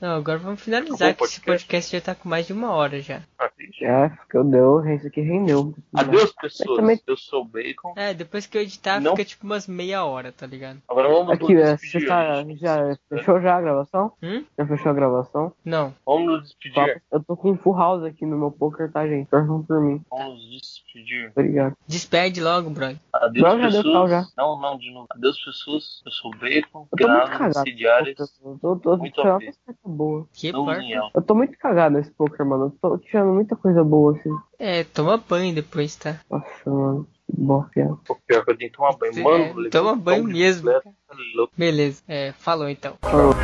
[SPEAKER 2] Não, agora vamos finalizar,
[SPEAKER 4] Acabou o
[SPEAKER 2] que esse podcast já tá com mais de uma hora já.
[SPEAKER 4] Ah, gente.
[SPEAKER 1] Já, porque deu, isso aqui rendeu.
[SPEAKER 4] Adeus,
[SPEAKER 1] Mas também-
[SPEAKER 4] pessoas. Eu sou o Bacon.
[SPEAKER 2] É, depois que eu editar,
[SPEAKER 4] Não.
[SPEAKER 2] fica tipo umas meia hora, tá ligado?
[SPEAKER 4] Agora vamos
[SPEAKER 1] Aqui,
[SPEAKER 4] nos
[SPEAKER 1] é,
[SPEAKER 4] despedir.
[SPEAKER 1] você tá,
[SPEAKER 4] gente.
[SPEAKER 1] já fechou já a gravação?
[SPEAKER 2] Hum?
[SPEAKER 1] Já fechou a gravação?
[SPEAKER 2] Não.
[SPEAKER 4] Vamos nos
[SPEAKER 1] Só-
[SPEAKER 4] despedir.
[SPEAKER 1] Eu tô com um full house aqui no meu poker, tá, gente? Torçam por mim.
[SPEAKER 4] Vamos nos despedir.
[SPEAKER 1] Obrigado.
[SPEAKER 2] Despede logo, brother.
[SPEAKER 4] Adeus,
[SPEAKER 1] Não, já deu
[SPEAKER 4] pessoas.
[SPEAKER 1] pau, já.
[SPEAKER 4] Não, não, de novo. Adeus, pessoas. Eu sou o Bacon.
[SPEAKER 1] Eu tô muito
[SPEAKER 4] Gravo,
[SPEAKER 1] cagado.
[SPEAKER 4] Cidiares.
[SPEAKER 1] Eu tô, tô, tô
[SPEAKER 4] Muito
[SPEAKER 1] tirando
[SPEAKER 4] ok.
[SPEAKER 1] muita coisa boa.
[SPEAKER 2] Que
[SPEAKER 4] Não, né?
[SPEAKER 2] porca.
[SPEAKER 4] Daniel.
[SPEAKER 1] Eu tô muito cagado nesse poker, mano. Eu tô tirando muita coisa boa, assim.
[SPEAKER 2] É, toma banho depois, tá?
[SPEAKER 1] Nossa, mano. Que bosta.
[SPEAKER 4] Pô, pior que eu tenho que tomar banho.
[SPEAKER 2] Você-
[SPEAKER 4] Mano,
[SPEAKER 2] é,
[SPEAKER 4] levei
[SPEAKER 2] toma
[SPEAKER 4] um
[SPEAKER 2] banho
[SPEAKER 4] tom de
[SPEAKER 2] mesmo,
[SPEAKER 4] bicicleta, louco.
[SPEAKER 2] Beleza. É, falou então.
[SPEAKER 1] Falou.